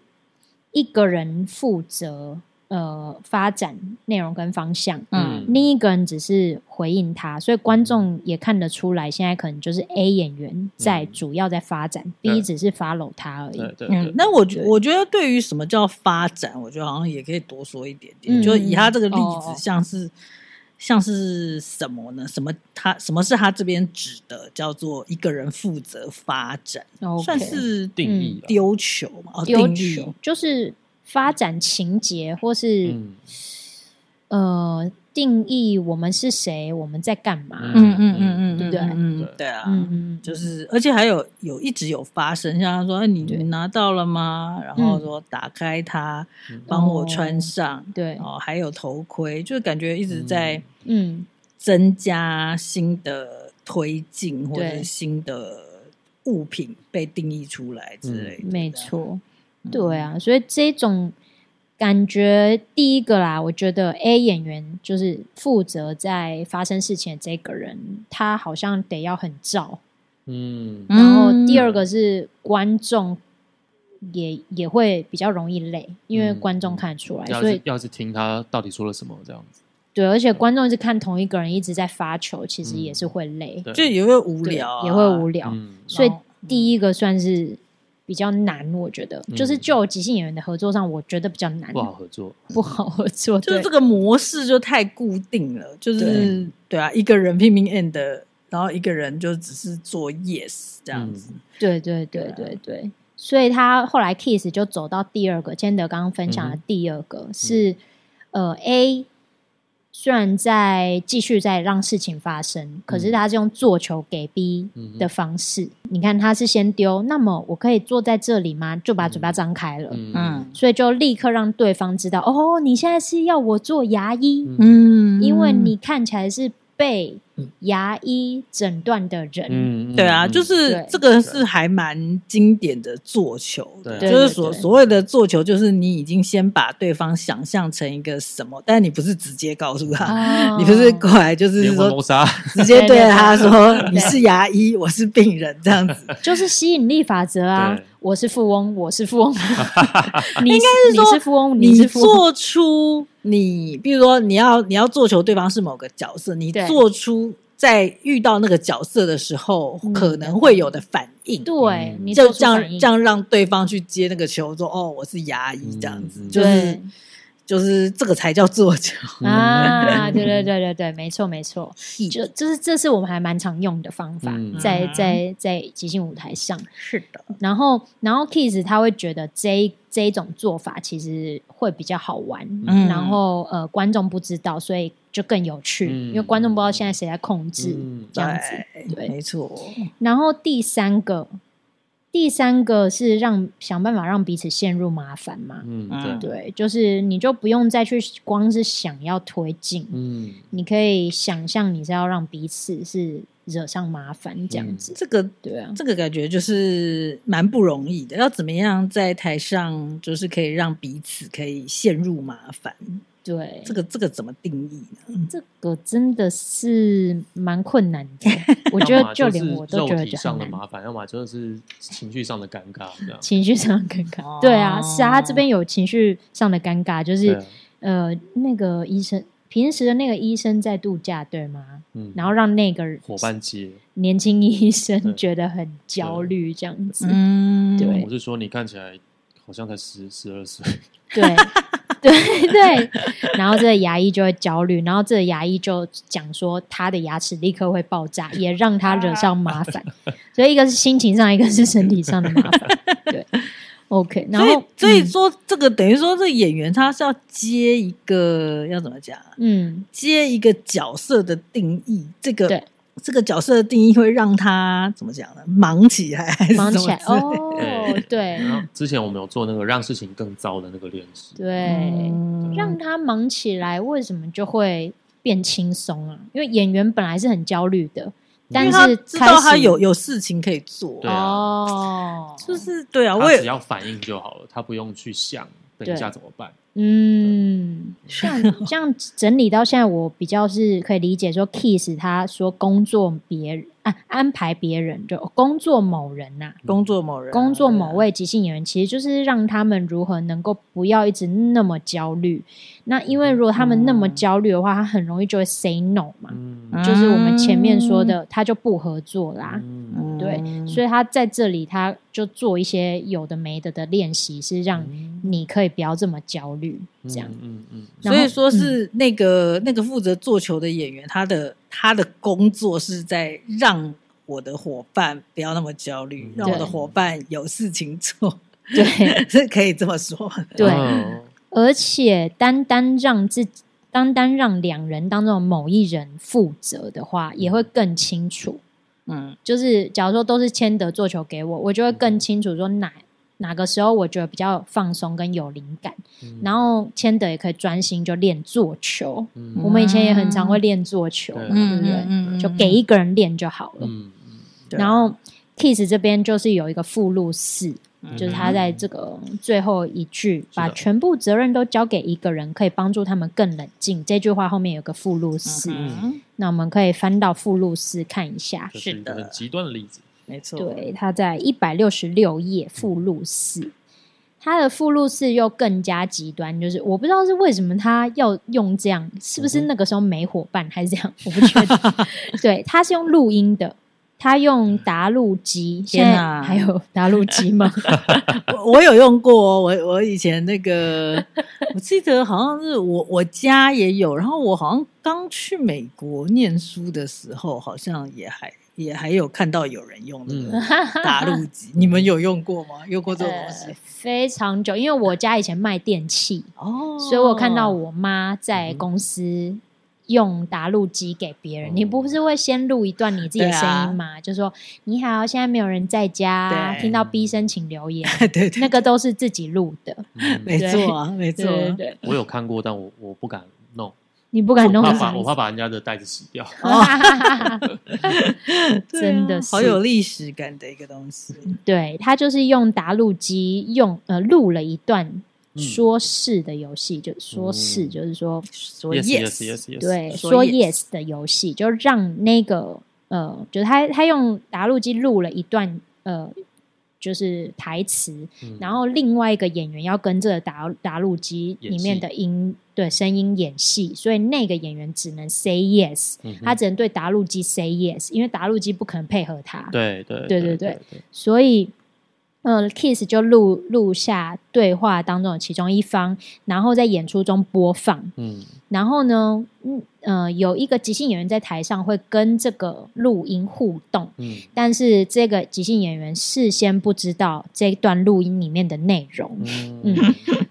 S2: 一个人负责呃发展内容跟方向，
S1: 嗯
S2: 另一个人只是回应他，所以观众也看得出来，现在可能就是 A 演员在
S1: 嗯
S2: 主要在发展、
S1: 对
S2: b 只是 follow 他而已。
S1: 对对
S3: 嗯
S1: 对，，
S3: 那我觉
S2: 对
S3: 我觉得对于什么叫发展，我觉得好像也可以多说一点点。
S2: 嗯
S3: 就以他这个例
S2: 哦哦
S3: 子，像是、像是什么呢？什么他什么是他这边指的叫做一个人负责发展，
S2: OK
S3: 算是
S1: 定
S2: 嗯
S1: 义啊
S3: 丢球嘛？哦，
S2: 丢
S3: 定义
S2: 球，就是发展情节或是、
S1: 嗯
S2: 呃定义我们是谁，我们在干嘛。
S1: 嗯
S3: 嗯嗯嗯嗯，
S2: 对不对
S1: 对
S3: 嗯嗯，对啊，
S2: 嗯嗯，
S3: 就是，而且还有有一直有发生，像他说，哎，你
S2: 对
S3: 你拿到了吗？然后说打开它，
S1: 嗯
S3: 帮
S2: 嗯
S3: 我
S2: 哦
S3: 穿上，
S2: 对，
S3: 哦，还有头盔，就是感觉一直在
S2: 嗯
S3: 增加新的推进或者
S2: 对
S3: 是新的物品被定义出来之类的。
S2: 嗯没
S3: 这样，
S2: 错，
S3: 嗯
S2: 对，啊，所以这种感觉，第一个啦，我觉得 A 演员就是负责在发生事情的这个人，他好像得要很照。
S1: 嗯
S3: 嗯
S2: 然后第二个是观众也也会比较容易累，因为
S1: 嗯
S2: 观众看得出来，
S1: 要
S2: 所
S1: 是
S2: 以
S1: 要是听他到底说了什么这样子，
S2: 对，而且观众是看同一个人一直在发球，其实也是会累，
S1: 嗯对，
S3: 就也会无聊啊，
S2: 也会无聊。
S1: 嗯
S2: 所以
S3: 然后
S2: 第一个算是比较难，我觉得，就是
S1: 嗯
S2: 就即兴演员的合作上，我觉得比较难，
S1: 不好合作，
S2: 不好合作。
S3: 就是
S2: 对
S3: 这个模式就太固定了，就是
S1: 对
S3: 对啊，一个人拼命 end，然后一个人就只是做 yes 这
S2: 嗯
S3: 啊样子。
S2: 对对对对对，所以他后来 Kiss 就走到第二个，千德刚刚分享的
S1: 嗯
S2: 第二个、是，呃，A 虽然在继续在让事情发生，可是
S1: 嗯
S2: 他是用做球给 B
S1: 嗯哼
S2: 的方式。你看，他是先丢，那么我可以坐在这里吗？就把嘴巴
S1: 嗯
S2: 张开了。
S1: 嗯
S2: 所以就立刻让对方知道，哦，你现在是要我做牙医，
S3: 嗯
S2: 因为你看起来是被
S3: 嗯
S2: 牙医诊断的人，
S1: 嗯，
S3: 对啊，就
S2: 对
S3: 是这个是还蛮经典的做球的，
S1: 对
S3: 就是所
S2: 对对对
S3: 所谓的做球，就是你已经先把对方想象成一个什么，但你不是直接告诉他，
S2: 哦
S3: 你不 是过来就是
S1: 连环
S3: 说
S1: 谋
S2: 啊
S1: 杀，
S3: 直接对着他
S2: 对
S3: 说你是牙医，我是病人这样子，
S2: 就是吸引力法则啊
S1: 对！
S2: 我是富翁，我是 富翁，你应该 你
S3: 是说
S2: 是富翁，
S3: 你
S2: 是富翁，
S3: 做出你，比如说你要你要做球，对方是某个角色，你
S2: 对
S3: 做出在遇到那个角色的时候
S2: 嗯
S3: 可能会有的反应，
S2: 对
S1: 嗯
S2: 你
S3: 就
S2: 做出
S3: 这样
S2: 反应
S3: 这样让对方去接那个球，说哦我是牙医这样子，
S1: 嗯
S3: 就是
S2: 对
S3: 就是这个才叫做球，
S2: 啊，
S1: 嗯
S2: 对 对对对对，没错没错，就就是这是我们还蛮常用的方法，
S1: 嗯
S2: 在
S3: 嗯
S2: 在在即兴舞台上。
S3: 是的，
S2: 然后然后 Kiss 他会觉得这一这一种做法其实会比较好玩，
S3: 嗯
S2: 然后呃观众不知道，所以就更有趣，
S1: 嗯
S2: 因为观众不知道现在谁在控制、
S1: 嗯
S2: 这样子。对
S3: 没错，
S2: 然后第三个，第三个是让想办法让彼此陷入麻烦嘛。
S1: 嗯
S3: 嗯
S1: 对，
S2: 对，就是你就不用再去光是想要推进，
S1: 嗯
S2: 你可以想象你是要让彼此是惹上麻烦这样
S1: 嗯
S2: 子。
S3: 这个
S2: 对啊，
S3: 这个感觉就是蛮不容易的，要怎么样在台上就是可以让彼此可以陷入麻烦，
S2: 对，
S3: 这个这个怎么定义呢？
S2: 这个真的是蛮困难 的，我觉得
S1: 要么
S2: 就是连我都觉
S1: 肉
S2: 得
S1: 体
S2: 就
S1: 上
S2: 很
S1: 的
S2: 难，
S1: 麻烦，要么就是情绪上的尴尬这样。
S2: 情绪上的尴尬。对啊，是啊，他这边有情绪上的尴尬，就是、
S1: 哦对啊
S2: 呃，那个医生平时的那个医生在度假，对吗？
S1: 嗯，
S2: 然后让那个
S1: 伙伴接，
S2: 年轻医生
S1: 对
S2: 觉得很焦虑，这样子，
S3: 嗯
S2: 对
S1: 我是说你看起来好像才十十二岁，
S2: 对。对对，然后这个牙医就会焦虑，然后这个牙医就讲说他的牙齿立刻会爆炸，也让他惹上麻 烦，所以一个是心情上，一个是身体上的麻烦。对，OK，然
S3: 所以
S2: 后嗯
S3: 所以说这个等于说这个演员他是要接一个要怎么讲啊？
S2: 嗯
S3: 接一个角色的定义，这个
S2: 对
S3: 这个角色的定义会让他怎么讲呢？忙起来， 还是
S2: 嗯忙起来
S3: 怎么之类
S2: 哦，
S1: 对
S2: 对
S1: 然后之前我们有做那个让事情更糟的那个练习，
S2: 对，
S3: 嗯
S2: 让他忙起来，为什么就会变轻松啊？因为演员本来是很焦虑的，
S3: 因
S2: 但
S3: 为他
S2: 是
S3: 知
S2: 开
S3: 道他
S2: 始
S3: 有有事情可以做，
S1: 对啊
S2: 哦，
S3: 就是对啊，我
S1: 他只
S3: 也
S1: 要反应就好了，他不用去想等一下怎么办。
S2: 嗯，像这样整理到现在，我比较是可以理解说，Kiss 他说工作别人啊安排别人就工作某人呐、
S3: 工作某人啊，
S2: 工作
S3: 对啊
S2: 某位即兴演员，其实就是让他们如何能够不要一直那么焦虑。那因为如果他们那么
S3: 嗯
S2: 焦虑的话，他很容易就会 say no 嘛，
S1: 嗯
S3: 嗯
S2: 就是我们前面说的，他就不合作啦。
S1: 嗯
S2: 对，
S3: 以
S2: 所以他在这里，他就做一些有的没的的练习，是让你可以不要这么焦虑。这样，
S1: 嗯嗯嗯
S2: 然
S3: 所
S2: 后
S3: 以说是那个、那个负责做球的演员，他的他的工作是在让我的伙伴不要那么焦虑
S1: 嗯，
S3: 让我的
S2: 对
S3: 伙伴有事情做，
S2: 对
S3: 是可以这么说。
S2: 对，
S1: 哦
S2: 而且单单让自己，单单让两人当中某一人负责的话，也会更清楚。
S3: 嗯，
S2: 就是假如说都是千德做球给我，我就会
S1: 嗯
S2: 更清楚说哪哪个时候我觉得比较放松跟有灵感，
S1: 嗯
S2: 然后千德也可以专心就练做球。
S1: 嗯
S2: 我们以前也很常会练做球，
S1: 对
S2: 对不对？
S3: 嗯
S2: 就给一个人练就好了。
S1: 嗯嗯
S3: 对啊
S2: 然后 Kiss 这边就是有一个附录四，
S3: 嗯
S2: 就是他在这个最后一句
S1: 的
S2: 把全部责任都交给一个人，可以帮助他们更冷静。这句话后面有个附录四，
S3: 嗯，
S2: 那我们可以翻到附录四看一下。
S1: 这是一个
S3: 是的
S1: 很极端的例子。
S3: 没错，嗯
S2: 对，他在一百六十六页附录四。他的附录四又更加极端，就是我不知道是为什么他要用这样，是不
S3: 嗯
S2: 是那个时候没伙伴还是这样，我不确 定。对，他是用录音的，他用达录机，现
S3: 嗯天
S2: 在
S3: 哪
S2: 还有 达录机 吗？
S3: 我我有用过哦，我我以前那个，我记得好像是我我家也有，然后我好像刚去美国念书的时候，好像也还也还有看到有人用那个 打录机，你们有用过吗？用过这种东
S2: 呃
S3: 西？
S2: 非常久，因为我家以前卖电器，
S3: 哦，嗯
S2: 所以我看到我妈在公司用打录机给别人。
S1: 嗯
S2: 你不
S3: 哦
S2: 是会先录一段你自己的声音吗？就说你好，现在没有人在家，
S3: 啊对
S2: 听到 B 声请留言。
S3: 对，对对，
S2: 那个都是自己录的，
S1: 嗯
S3: 没错啊，没
S2: 对
S3: 错啊，
S2: 对对，
S1: 我有看过，但我我不敢弄，
S2: 你不敢弄
S1: 我怕
S2: 是什
S1: 把
S2: 么
S1: 我
S2: 意
S1: 怕把人家的袋子洗掉。
S2: 思？
S3: 对啊
S2: 真的是嗯
S3: 好有历史感的一个东西。
S2: 对他就是用打录机用呃录了一段
S1: 嗯
S2: 说是的游戏，就说是
S1: 嗯
S2: 就是说说
S1: Yes
S3: yes，
S1: yes yes yes。
S2: 对，
S3: 说
S2: 说
S3: yes
S2: yes 的游戏，就让那个呃，就是他他用打录机录了一段呃，就是台词，
S1: 嗯，
S2: 然后另外一个演员要跟这个打打录机
S1: 演
S2: 里面
S1: 戏
S2: 的音对声音演戏，所以那个演员只能 say yes，、
S1: 嗯哼
S2: 他只能对打录机 say yes，因为打录机不可能配合他，
S1: 对对
S2: 对对
S1: 对
S2: 对，所以，呃，Kiss 就录录下对话当中的其中一方，然后在演出中播放。
S1: 嗯
S2: 然后呢，嗯呃，有一个即兴演员在台上会跟这个录音互动，
S1: 嗯
S2: 但是这个即兴演员事先不知道这一段录音里面的内 容，
S1: 嗯
S2: 嗯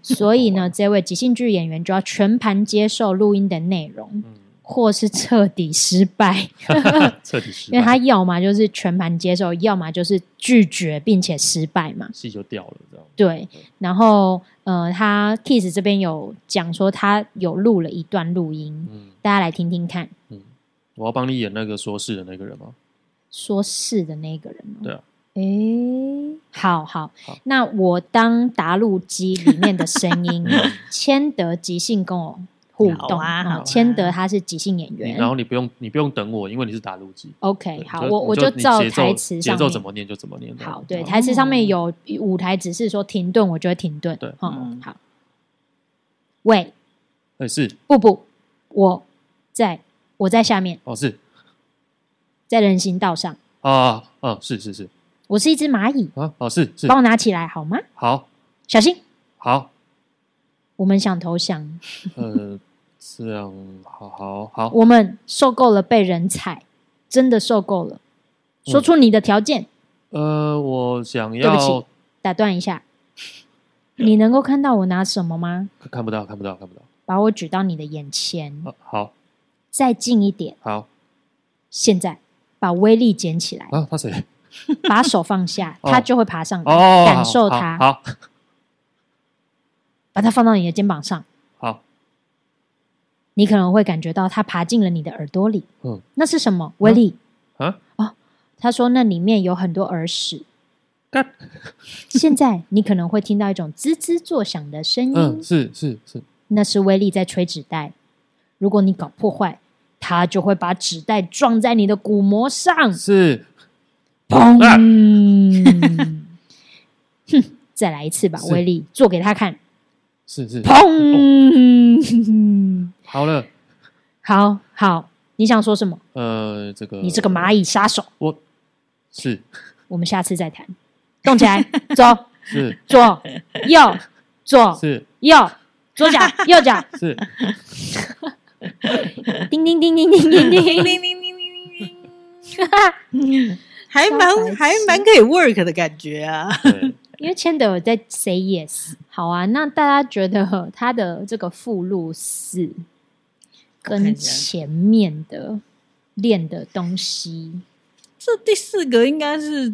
S2: 所以呢，这位即兴剧演员就要全盘接受录音的内容，
S1: 嗯，
S2: 或是彻底 失败，
S1: 彻底失败，
S2: 因为他要么就是全盘接受，要么就是拒绝并且失败嘛。
S1: 戏就掉了，这样。
S2: 对，然后呃，他 Kiss 这边有讲说他有录了一段录音，
S1: 嗯
S2: 大家来听听看。
S1: 嗯，我要帮你演那个说事的那个人吗？
S2: 说是的那个人、哦。
S1: 对啊。
S2: 诶，好好
S1: 好，
S2: 那我当打录机里面的声音
S1: 嗯，
S2: 千德即兴跟我互动
S3: 好啊好啊
S2: 千德他是即兴演
S1: 你
S2: 员
S1: 然后你不用你不用等我，因为你是打录机。
S2: ，OK，
S1: 对
S2: 好，
S1: 就
S2: 我
S1: 你
S2: 我
S1: 就
S2: 就
S1: 你
S2: 照
S1: 节奏
S2: 台词
S1: 节
S2: 上
S1: 奏
S2: 面
S1: 怎么念就怎么念。
S2: 好，对，
S1: 嗯
S2: 台词上面有舞台指示说停顿，我就会停顿。
S1: 对
S2: 嗯
S3: 嗯，
S2: 好。喂，
S1: 哎是
S2: 不不，我在我在下面，
S1: 哦是
S2: 在人行道上，
S1: 啊啊是是是
S2: 我是一只蚂蚁，
S1: 啊哦是是
S2: 帮我拿起来好吗？
S1: 好
S2: 小心，
S1: 好
S2: 我们想投降，
S1: 呃，这样，好好好，
S2: 我们受够了被人踩，真的受够了。
S1: 嗯
S2: 说出你的条件，
S1: 呃，我想
S2: 对不起
S1: 要
S2: 打断一下，
S1: 嗯
S2: 你能够看到我拿什么吗？
S1: 看看不到，看不到，看不到。
S2: 把我举到你的眼前，
S1: 啊、好
S2: 再近一点，
S1: 好
S2: 现在把威力捡起来，
S1: 啊，他谁？
S2: 把手放下，
S1: 哦
S2: 他就会爬上来。嗯
S1: 哦，
S2: 感受
S1: 好
S2: 它
S1: 好
S2: 把它放到你的肩膀上，
S1: 好，
S2: 你可能会感觉到它爬进了你的耳朵里。
S1: 嗯
S2: 那是什么？威力？
S1: 啊，
S2: 他说那里面有很多耳屎。
S1: 干，
S2: 现在你可能会听到一种滋滋作响的声音，
S1: 嗯，是是是，
S2: 那是威力在吹纸袋。如果你搞破坏，他就会把纸袋撞在你的鼓膜上，
S1: 是
S2: 砰！
S1: 啊
S2: 哼，再来一次吧，
S1: 是
S2: 威力，做给他看，
S1: 是是，
S2: 砰！
S1: 好了，
S2: 好好，你想说什么？
S1: 呃，这个
S2: 你这个蚂蚁杀手，
S1: 我是
S2: 我们下次再谈。动起来，走，
S1: 是
S2: 左右左
S1: 是
S2: 右，左脚右脚，
S1: 是，
S2: 叮叮叮叮叮叮叮
S3: 叮
S2: 叮，
S3: 铃铃铃铃铃，还蛮还蛮可以 work 的感觉啊。
S1: 对，
S2: 因为千德有在 say yes。好啊，那大家觉得它的这个附录四
S3: 看
S2: 跟
S3: 一下
S2: 前面的练的东西，
S3: 这第四个应该是，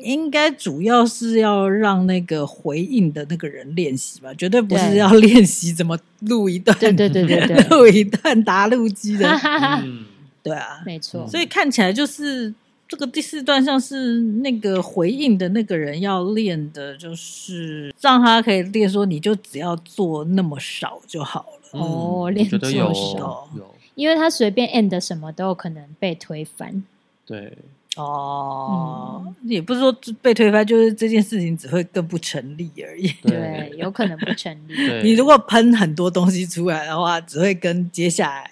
S3: 应该主要是要让那个回应的那个人练习吧，绝对不是
S2: 对
S3: 要练习怎么录一段
S2: 对 对对对对，
S3: 录一段打录机的，
S1: 嗯，
S3: 对啊，
S2: 没错
S1: 嗯，
S3: 所以看起来就是这个第四段像是那个回应的那个人要练的，就是让他可以练说，你就只要做那么少就好了。
S1: 嗯
S2: 哦
S1: 我
S2: 练
S1: 觉得
S2: 作
S1: 有
S2: 手
S1: 有
S2: 因为他随便 end 什么都有可能被推翻。
S1: 对，
S3: 哦，
S2: 嗯
S3: 也不是说被推翻，就是这件事情只会更不成立而已。
S2: 对，有可能不成立。
S1: 对
S3: 你如果喷很多东西出来的话，只会跟接下来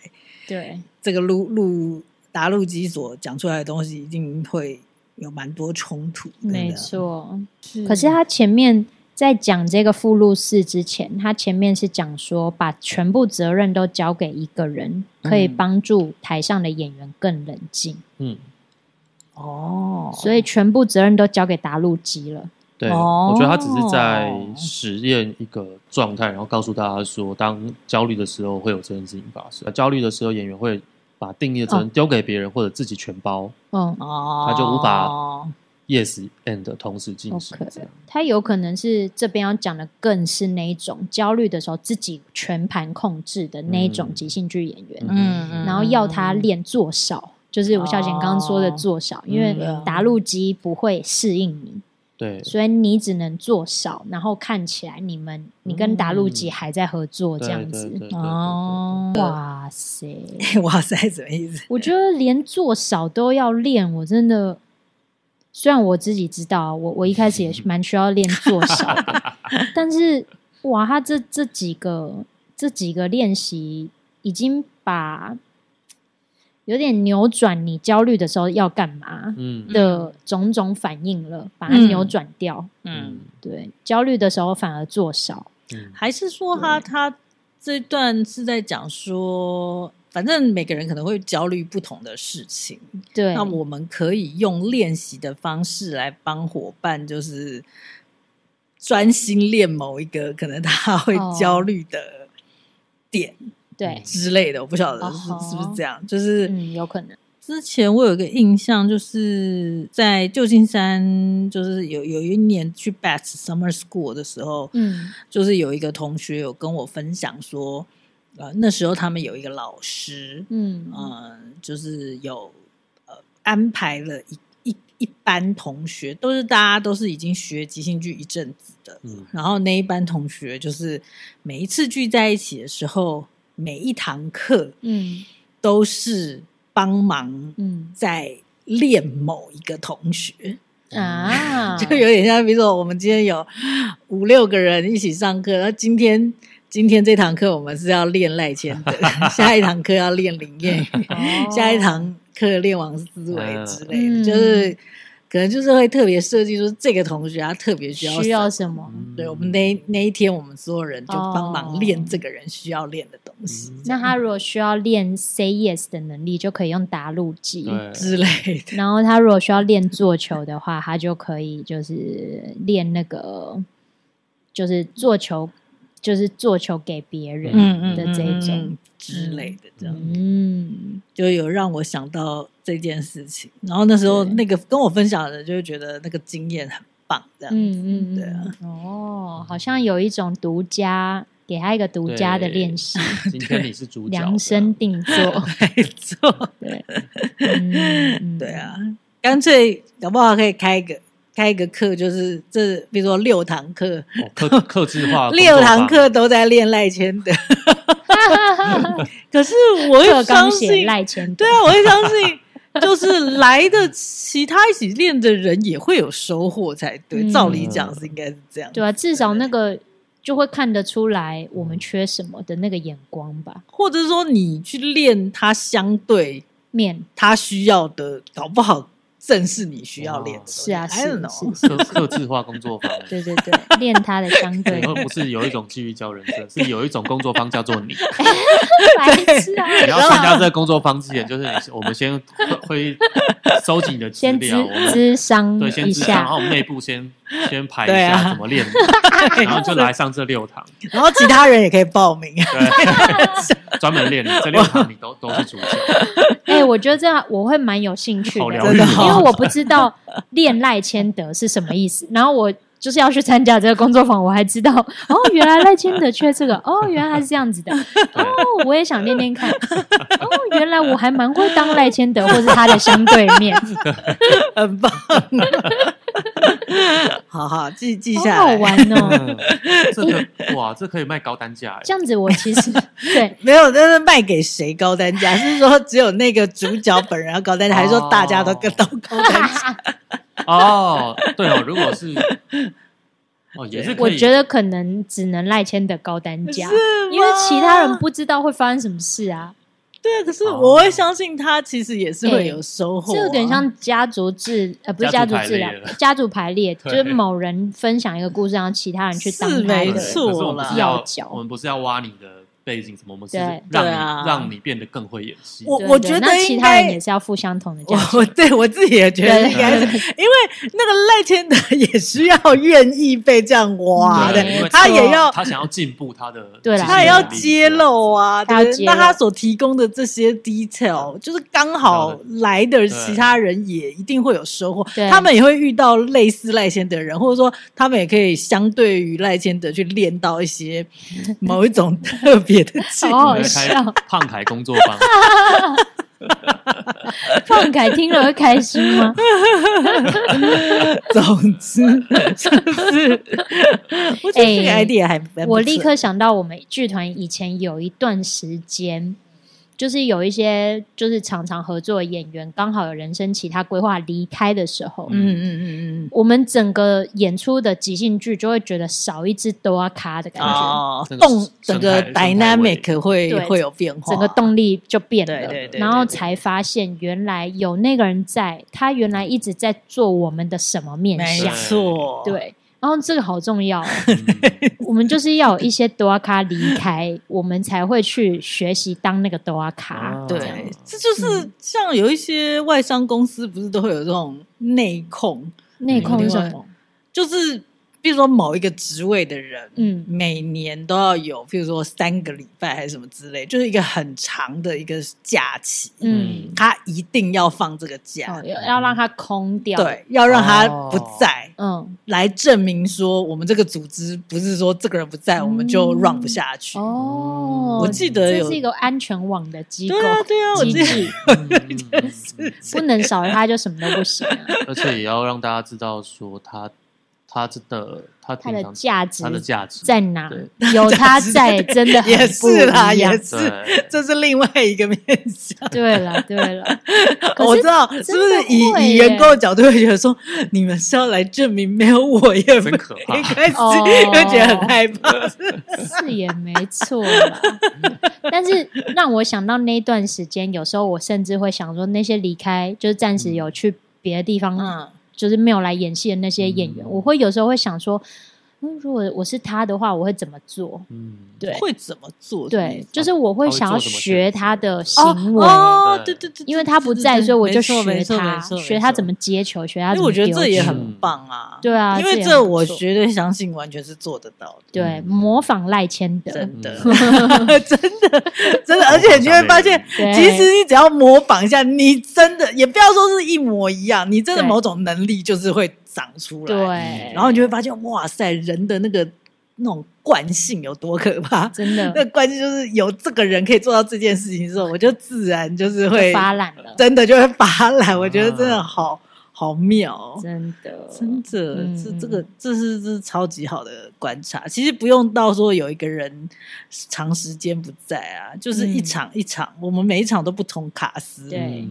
S2: 对，
S3: 这个录录达录机所讲出来的东西一定会有蛮多冲突的。
S2: 没错。
S3: 是
S2: 可是他前面在讲这个附录四之前，他前面是讲说把全部责任都交给一个人，可以
S1: 嗯
S2: 帮助台上的演员更冷静，
S1: 嗯，
S3: 哦，
S2: 所以全部责任都交给达路基了。
S1: 对，
S3: 哦
S1: 我觉得他只是在实验一个状态，然后告诉大家说，当焦虑的时候会有这件事情发生。呃焦虑的时候，演员会把定义的责任丢给别人，或者自己全包。
S2: 嗯
S3: 哦，
S1: 他就无法 Yes and 同时进行
S2: OK
S1: 这样。
S2: 他有可能是这边要讲的，更是那一种焦虑的时候自己全盘控制的那一种
S1: 嗯
S2: 即兴剧演员，
S3: 嗯嗯
S2: 然后要他练做少，就是吴孝贤刚刚说的做少，因为
S3: 嗯
S2: 达路基不会适应你，
S1: 对，
S2: 所以你只能做少，然后看起来你们你跟达路基还在合作这样
S1: 嗯对
S2: 子。，
S3: 哦，
S2: 哇塞！
S3: 哇塞，什么意思？
S2: 我觉得连做少都要练，我真的。虽然我自己知道啊，我我一开始也 是蛮需要练做少的，但是哇，他这这几个这几个练习已经把有点扭转你焦虑的时候要干嘛
S1: 嗯
S2: 的种种反应了，把它
S3: 嗯
S2: 扭转掉。
S1: 嗯
S3: 嗯，
S2: 对，焦虑的时候反而做少。
S1: 嗯
S3: 还是说他他这段是在讲说，反正每个人可能会焦虑不同的事情，
S2: 对，
S3: 那我们可以用练习的方式来帮伙伴，就是专心练某一个可能他会
S2: 哦
S3: 焦虑的点
S2: 对，
S3: 之类的，我不晓得
S2: 哦
S3: 是
S2: 吼
S3: 是不是这样，就是
S2: 嗯，有可能。
S3: 之前我有个印象，就是在旧金山，就是有有一年去 Bats Summer School 的时候，
S2: 嗯
S3: 就是有一个同学有跟我分享说，呃，那时候他们有一个老师，
S2: 嗯
S3: 呃，就是有呃安排了一一一班同学，都是大家都是已经学即兴剧一阵子的，
S1: 嗯
S3: 然后那一班同学就是每一次聚在一起的时候，每一堂课
S2: 嗯
S3: 都是帮忙
S2: 嗯
S3: 在练某一个同学，
S1: 嗯
S2: 啊，
S3: 就有点像，比如说我们今天有五六个人一起上课，那今天今天这堂课我们是要练赖千 德，下一堂课要 练林燕宇，
S2: 哦
S3: 下一堂课练王思维之类的，
S2: 嗯
S3: 就是可能就是会特别设计说这个同学他特别需要
S2: 需要
S3: 什
S2: 什么？
S1: 嗯
S3: 么。哦嗯对我们那那一天，我们所有人就帮忙
S2: 哦
S3: 练这个人需要练的东西
S1: 嗯
S2: 那他如果需要练 say yes 的能力，就可以用打路机。
S1: 对
S3: 之类的。
S2: 然后他如果需要练做球的话，他就可以就是练那个，就是做球，就是做球给别人。
S3: 嗯嗯
S2: 的这一种
S3: 嗯嗯之类的，这样、
S2: 嗯，
S3: 就有让我想到这件事情。然后那时候
S2: 对
S3: 那个跟我分享的，就会觉得那个经验很棒，这样。
S2: 嗯嗯，嗯
S3: 对啊。
S2: 哦，好像有一种独家，给他一个独家的练习，
S1: 今天你是主角，哦
S2: 量身定做。
S3: 没 错，
S2: 对，嗯嗯
S3: 对 啊，，干脆搞不好可以开一个开一个课，就是这比如说六堂课，
S1: 哦克克制化工作
S3: 六堂
S1: 坊
S3: 课都在练赖千德。 可是我
S2: 特
S3: 也
S2: 刚
S3: 相
S2: 写
S3: 信，
S2: 赖前
S3: 对啊，我也相信， 就是来的其他一起练的人也会有收获才对。
S2: 嗯
S3: 照理讲是应该是这样，
S2: 对啊，至少那个就会看得出来我们缺什么的那个眼光吧。
S3: 或者说你去练它相对
S2: 面
S3: 它需要的，搞不好正是你需要练的东西。
S2: 是啊，是
S3: I don't
S2: 是
S3: know
S2: 是，
S1: 克克制化工作坊。
S2: 对对 对，练他的相对
S1: 以后不是有一种基于教人生，是有一种工作坊叫做 你。
S2: 白痴啊！
S1: 你要参加这个工作坊之前，就是你我们先会会收集你的资
S2: 先
S1: 料，我
S2: 咨
S1: 们
S2: 咨商哦
S1: 对，先
S2: 一
S1: 知道，然
S2: 下
S1: 后，我们内部 先先排一
S3: 对啊
S1: 下怎么练， 然后就来上这六堂，
S3: 然后其他人也可以报名啊。
S1: 对，专门练你这六堂，你都都是主角，
S2: 哎、我觉得这样我会蛮有兴趣
S1: 好
S2: 的，
S1: 疗
S3: 愈真的
S2: 因
S3: 哦
S2: 为我不知道恋赖千德是什么意思，然后我。就是要去参加这个工作坊，我还知道哦，原来赖千德缺这个，哦，原来他是这样子的，
S1: 对
S2: 哦，我也想练练看，哦，原来我还蛮会当赖千德或是他的相对 面，
S3: 很棒。 好好记记下
S2: 好好
S3: 来。
S2: 玩 哦。
S1: 嗯这个哇，这可以卖高单价
S2: 这
S1: 哎，
S2: 样子我其 实对
S3: 没有，但是卖给谁高单价？是说只有那个主角本人要高单价，还是说大家都跟到高单价？
S1: 哦，对哦，如果是哦，也是可
S2: 我
S1: 以，
S2: 觉得可能只能赖千德高单 价，
S3: 是吗
S2: 因为其他人不知道会发生什么事啊。
S3: 对啊，可是我会相信他其实也是会有收获、啊
S2: 这有点像家族治呃，不是家
S1: 哦家
S2: 族
S1: 族
S2: 治疗
S1: 排列，
S2: 家族排列，就
S1: 对
S2: 是某人分享一个故事，让其他人去当
S3: 是
S2: 他
S3: 没
S1: 对
S2: 的
S3: 错
S1: 可是我们不是
S2: 要
S1: 要
S2: 角
S1: 我们不是要挖你的背景什么，我们是
S2: 对
S1: 让你
S3: 对啊
S1: 让你变得更会演戏，
S3: 我
S2: 对
S3: 我
S2: 对
S3: 觉
S2: 那
S3: 得
S2: 其
S3: 应
S2: 他人也
S3: 该。
S2: 是要负相同的价
S3: 我
S2: 值。
S3: 我对我自己也觉得
S2: 对
S3: 应该是，
S2: 对
S3: 因为那个赖千德也需要愿意被这样挖
S1: 对
S3: 的
S2: 没，
S1: 因为
S3: 他也 要
S1: 他想要进步他的，
S2: 对啦
S3: 他也要揭，露啊，
S2: 他要
S3: 对不对
S2: 揭露嗯
S3: 那他所提供的这些 detail，就是刚好来的其他人也一定会有收获
S2: 对，
S3: 他们也会遇到类似赖千德的人，或者说他们也可以相对于赖千德去练到一些
S2: 嗯
S3: 某一种特别的 技
S2: 好
S1: 我
S2: 好
S1: 们
S2: 笑
S1: 开，胖凯工作坊，
S2: 胖凯听了会开心 吗？
S3: 总之就是，我觉得这个
S2: 哎
S3: idea 还蛮不错
S2: 我立刻想到我们剧团以前有一段时间，就是有一些就是常常合作的演员，刚好有人生其他规划离开的时候，
S3: 嗯嗯嗯嗯
S2: 我们整个演出的即兴剧就会觉得少一只都要卡的感
S3: 嗯，
S2: 觉，
S3: 哦
S1: 整，个
S3: 动整个
S1: 生态生态位
S3: dynamic 会
S2: 对
S3: 会有变化，
S2: 整个动力就变了。
S3: 哦对对对
S2: 然后
S3: 对对
S2: 才发现原来有那个人在，他原来一直在做我们的什么面
S3: 没
S2: 相，
S3: 错，
S2: 对。然后这个好重要哦，
S1: 嗯
S2: 我们就是要有一些多阿啊卡离开，我们才会去学习当那个多阿卡
S1: 啊。
S2: 这样
S3: 对，这就是像有一些外商公司，不是都会有这种内控，
S2: 内控是什
S3: 另
S2: 么？
S3: 就是比如说某一个职位的人，
S2: 嗯，
S3: 每年都要有，比如说三个礼拜还是什么之类，就是一个很长的一个假期，
S2: 嗯
S3: 他一定要放这个
S2: 哦
S3: 假，，
S2: 要要让它空掉。，
S3: 对，要让他不在。
S2: 嗯，
S3: 来证明说，我们这个组织不是说这个人不在，我们就
S2: 嗯
S3: run 不下去。
S2: 哦，
S3: 我记得
S2: 这
S3: 有
S2: 是一个安全网的机构
S3: 对，啊，对
S1: 哦
S3: 啊，我
S2: 机
S3: 记得
S2: 制
S1: 嗯
S2: 不能少了它就什么都不行 啊。
S1: 而且也要让大家知道说他他真的他
S2: 它
S1: 平
S2: 的
S1: 常
S2: 价值
S1: 他的价值
S2: 在哪
S1: 对？
S2: 有它 在，真的很
S3: 也是啦，
S2: 不一
S3: 也
S2: 样
S3: 是，
S1: 对
S3: 这是另外一个面向。
S2: 对了，对了， 可
S3: 我
S2: 是
S3: 知道，是
S2: 真
S3: 不
S2: 的
S3: 是以
S2: 会
S3: 以
S2: 耶
S3: 员工的角度会觉得说，你们是要来证明没有我也不
S1: 真可怕
S3: 一开始
S2: 哦
S3: 会觉得很害怕。
S2: 是也没错啦。 但是让我想到那段时间，有时候我甚至会想说，那些离开就是暂时有去别的地方
S3: 嗯，
S2: 就是没有来演戏的那些演员，
S1: 嗯
S2: 我会有时候会想说，嗯，如果我是他的话，我会怎么做？
S1: 嗯，
S2: 对
S3: 会怎么做？
S2: 对，就是我会想要学他的
S3: 哦
S2: 行为。
S3: 哦，对对对，
S2: 因为他不
S3: 对
S2: 在，所以我就
S3: 没错没
S2: 学
S3: 错
S2: 他，
S3: 没错
S2: 学他
S3: 没错
S2: 怎么接球，学他
S3: 因
S2: 怎
S3: 为
S2: 么
S3: 我觉得
S2: 丢
S3: 这也
S2: 球
S1: 嗯
S3: 很棒啊，
S2: 对啊，
S3: 因为
S2: 这也
S3: 这
S2: 很不
S3: 我
S2: 错
S3: 绝对相信完全是做得到的，
S2: 对
S1: 嗯
S2: 模仿赖千德，
S3: 真的
S1: 嗯
S3: 真的真的，而且你会发现，
S2: 对
S3: 其实你只要模仿一下，你真的也不要说是一模一样，你真的
S2: 对
S3: 某种能力就是会长出来，
S2: 对，
S3: 然后你就会发现，哇塞，人的那个那种惯性有多可怕。
S2: 真的
S3: 那关键就是有这个人可以做到这件事情之后，我就自然就是会
S2: 发懒嗯了，
S3: 真的就会发懒。我觉得真
S1: 啊
S3: 的好好妙哦，
S2: 真的
S3: 真的，这这个
S2: 嗯
S3: 这是这是超级好的观察。其实不用到说有一个人长时间不在啊，就是一
S2: 嗯
S3: 场一场，我们每一场都不同卡司。
S2: 对
S1: 嗯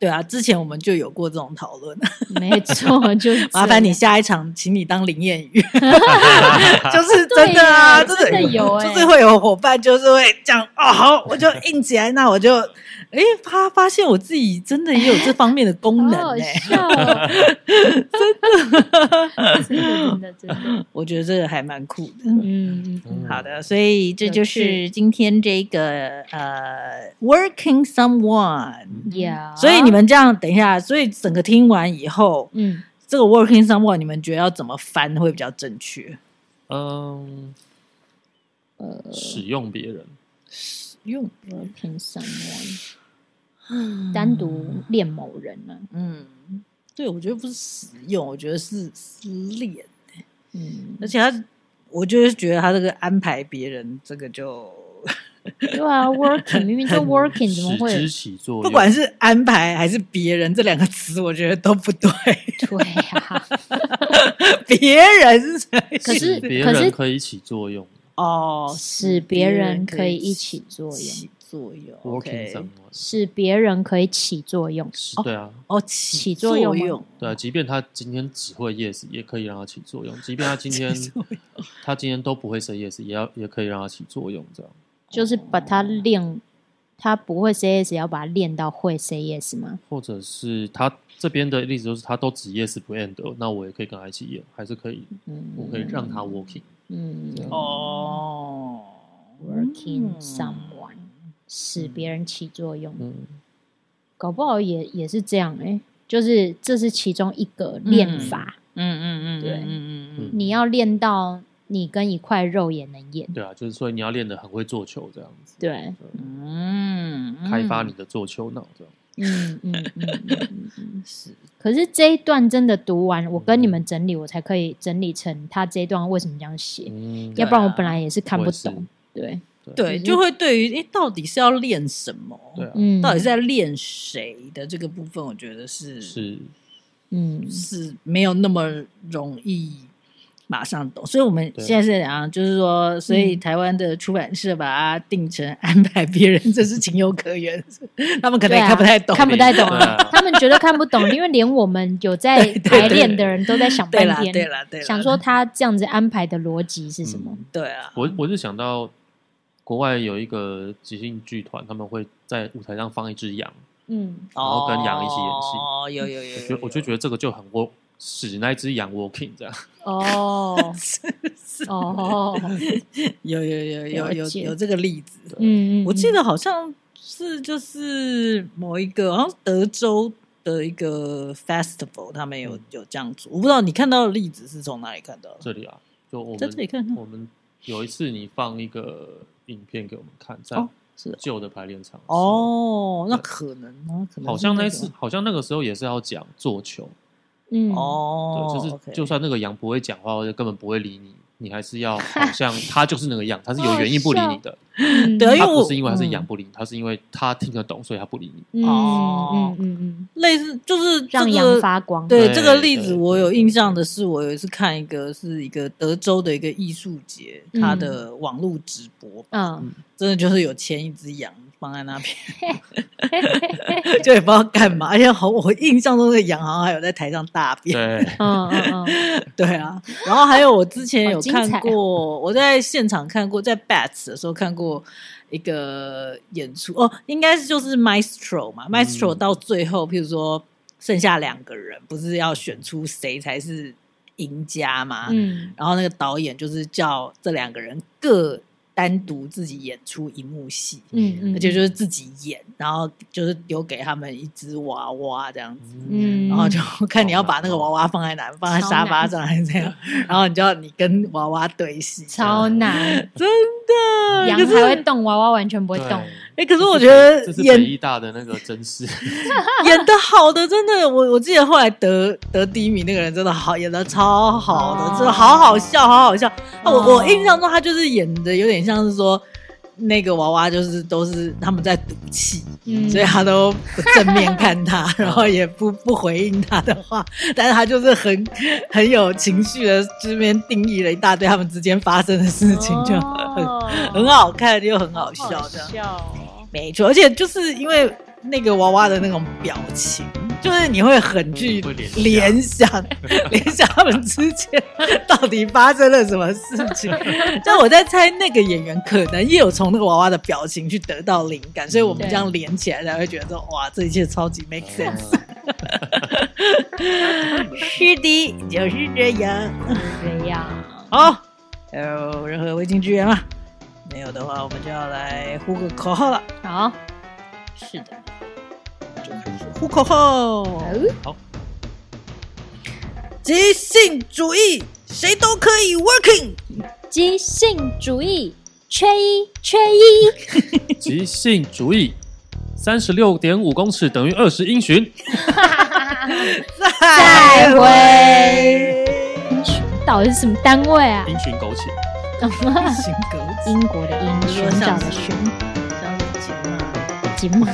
S3: 对啊，之前我们就有过这种讨论。
S2: 没错，就是 这
S3: 麻烦你
S2: 样
S3: 下一场，请你当林彦宇，
S1: 嗯
S3: 就是真的啊，
S2: 对耶真
S3: 真
S2: 的有欸
S3: 就是会有伙伴，就是会这样哦，好，我就硬起来，那我就，哎，发发现我自己真的也有这方面的功
S2: 好
S3: 能
S2: 好
S3: 哎、
S2: 笑 哦， 真的，真的，真的，真的，
S3: 我觉得这个还蛮酷的。嗯
S2: 嗯，嗯
S1: 嗯
S3: 好的，所以这
S2: 有
S3: 就
S2: 趣
S3: 是今天这个呃，working someone。
S2: 呀，
S3: 所以你，们这样等一下，所以整个听完以后，
S2: 嗯，
S3: 这个 working someone 你们觉得要怎么翻会比较正确？
S1: 嗯，
S3: 嗯
S1: 使用别人，
S3: 用
S2: 我偏 someone 单独恋某人啊呢，
S3: 嗯，对，我觉得不是使用，我觉得是是练，
S2: 嗯，
S3: 而且他，我就是觉得他这个安排别人这个就，
S2: 对啊，working 明明就 working 怎么
S1: 使
S2: 会
S1: 之起作用，
S3: 不管是安排还是别人这两个词，我觉得都不对。
S2: 对啊 呀？
S3: 别人是谁？
S2: 可是
S1: 使别
S2: 可是
S1: 人可以起作用
S3: 哦，
S2: 使别人可以一起作用，
S3: 起作用。
S1: ，working
S3: OK，
S1: someone，
S2: 使别人可以起作用，
S1: 对啊，
S3: 哦，起
S2: 起作用吗
S3: 用
S1: 对啊，即便他今天只会 yes，也可以让他起作用；即便他今 天
S3: 起作用
S1: 他今天都不会 say yes，也要也可以让他起作用。这样，
S2: 就是把它练，他不会 say yes，也要把它练到会 say yes 吗？
S1: 或者是他这边的例子就是他都只 yes 不 and，那我也可以跟他一起 yes，还是可以，
S2: 嗯，
S1: 我可以让他 working。
S2: 嗯
S3: 哦
S2: ，working
S3: 嗯
S2: someone 使别人起作用，
S1: 嗯，
S2: 搞不好也也是这样哎、就是这是其中一个练法，
S3: 嗯嗯嗯，
S2: 对
S3: 嗯嗯嗯
S1: 嗯
S2: 你要练到你跟一块肉也能演，
S1: 对啊，就是所以你要练得很会做球，这样子，呃
S2: 对，
S3: 嗯嗯，
S1: 开发你的做球脑，这样。
S2: 嗯嗯嗯嗯嗯嗯。
S3: 是
S2: 可是这一段真的读完，我跟你们整理，我才可以整理成他这一段为什么这样写，
S3: 啊
S1: 嗯，
S2: 要不然我本来也是看
S1: 我
S2: 不
S1: 也是
S2: 懂，对，
S3: 对，啊
S2: 嗯
S3: 就会对于诶，到底是要练什么？
S1: 对啊，
S2: 嗯，
S3: 到底是在练谁的这个部分，我觉得是
S1: 是
S2: 嗯
S3: 是没有那么容易马上懂，所以我们
S1: 对
S3: 现在是讲，就是说，所以
S2: 嗯
S3: 台湾的出版社把它定成安排别人，这是情有可原，他们可
S2: 对
S3: 能也
S2: 啊
S3: 看不太懂。
S2: 看不太懂
S1: 对
S2: 啊
S1: 啊，
S2: 他们觉得看不 懂，因为连我们有在
S3: 对对
S2: 排练的人都在想
S3: 对
S2: 半
S3: 啦，对
S2: 天，
S3: 啦，对啦，
S2: 想说他这样子安排的逻辑是什么？
S3: 对啊，
S1: 嗯我我是想到国外有一个即兴剧团，他们会在舞台上放一只羊，
S2: 嗯，
S1: 然后跟羊一起演戏
S3: 哦，有有有
S1: 我
S3: 有
S1: 觉得我就觉
S3: 得
S1: 得这个就很 work，使那只羊 working 这样。
S2: 哦哦，
S3: 有有有有有
S2: 了解
S3: 有这个例子，
S2: 嗯，嗯
S3: 我记得好像是就是某一个好像是德州的一个 festival，他们有
S1: 嗯
S3: 有这样做，我不知道你看到的例子是从哪里看到的？
S1: 这里啊，就我们
S3: 在这里看到
S1: 我们有一次你放一个影片给我们看，在
S3: 哦是
S1: 旧的排练场的时候，
S3: 哦，那
S1: 对
S3: 可能啊，可能
S1: 好
S3: 是
S1: 像
S3: 那
S1: 那
S3: 种
S1: 次好像那个时候也是要讲做球，
S2: 嗯，
S3: 哦，
S1: 对，就是
S3: OK
S1: 就算那个羊不会讲话，或者根本不会理你，你还是要好 像它就是那个样，它是有原因不理你的，
S2: 嗯
S3: 对因为
S1: 它
S3: 我
S1: 不是因为它是
S3: 嗯
S1: 羊不理你，它是因为它听得懂，所以它不理你。
S2: 嗯
S3: 哦
S2: 嗯嗯嗯，
S3: 类似就是这
S2: 让
S3: 个
S2: 羊发光，
S3: 对
S1: 对
S3: 这个例子，
S1: 对
S3: 我
S1: 对
S3: 有
S1: 对
S3: 印象的是，我有一次看一个是一个德州的一个艺术节，
S2: 嗯
S3: 它的网络直播，
S2: 嗯，
S3: 真的就是有牵一只羊放在那边， 就也不知道干嘛。而且好，我印象中那个羊好像还有在台上大便，
S1: 对，
S2: 嗯嗯嗯，
S3: 对啊。然后还有我之前有
S2: 好精彩
S3: 看
S2: 啊
S3: 过，我在现场看过，在 Bats 的时候看过一
S2: 嗯
S3: 个演出哦，应该是就是 Maestro 嘛，Maestro 到最后，譬如说。剩下两个人，不是要选出谁才是赢家吗？
S2: 嗯
S3: 然后那个导演就是叫这两个人各单独自己演出一幕戏，
S2: 嗯嗯，
S3: 而且就是自己演，然后就是丢给他们一只娃娃这样子。
S2: 嗯
S3: 然后就 看你要把那个娃娃放在哪，放在沙发上还是怎样，然后你就要你跟娃娃对戏，
S2: 超难，
S3: 真的。
S2: 羊
S3: 可是
S2: 还会动，娃娃完全不会动。
S3: 哎、可是我觉得
S1: 这是北
S3: 演
S1: 医大的那个真 是
S3: 演的好的，真的，我我记得后来得得第一名那个人真的好，演的超好的，真的好好笑，好好笑。啊，我我印象中他就是演的有点像是说。那个娃娃就是都是他们在赌气，
S2: 嗯
S3: 所以他都不正面看他，然后也不不回应他的话，但是他就是很很有情绪的，这边定义了一大堆他们之间发生的事情，就
S2: 哦
S3: 很、很好看又很好笑
S2: 好
S3: 这样。
S2: 笑哦，
S3: 没错，而且就是因为那个娃娃的那种表情，就是你嗯会很去
S1: 会联想
S3: 联想， 联想他们之间到底发生了什么事 情。就我在猜，那个演员可能也有从那个娃娃的表情去得到灵感，所以我们
S2: 对
S3: 这样连起来才会觉得说，哇，这一切超 级 make
S1: 嗯
S3: sense。是的，就是这样。
S2: 就 是这样。
S3: 好，还有任何未尽之缘吗？没有的话，我们就要来呼个口号了。
S2: 好，
S3: 是的，呼口号，即兴主义，谁都可以 working。
S2: 即兴主义，缺一缺一，
S1: 即兴主义，三十六点五公尺等于二十英旬。
S3: 再
S2: 会。到底是什么单位啊？
S1: 英旬枸杞，
S3: 行狗子
S2: 英国的英，寻找的寻，
S3: 张景啊。
S2: 节目。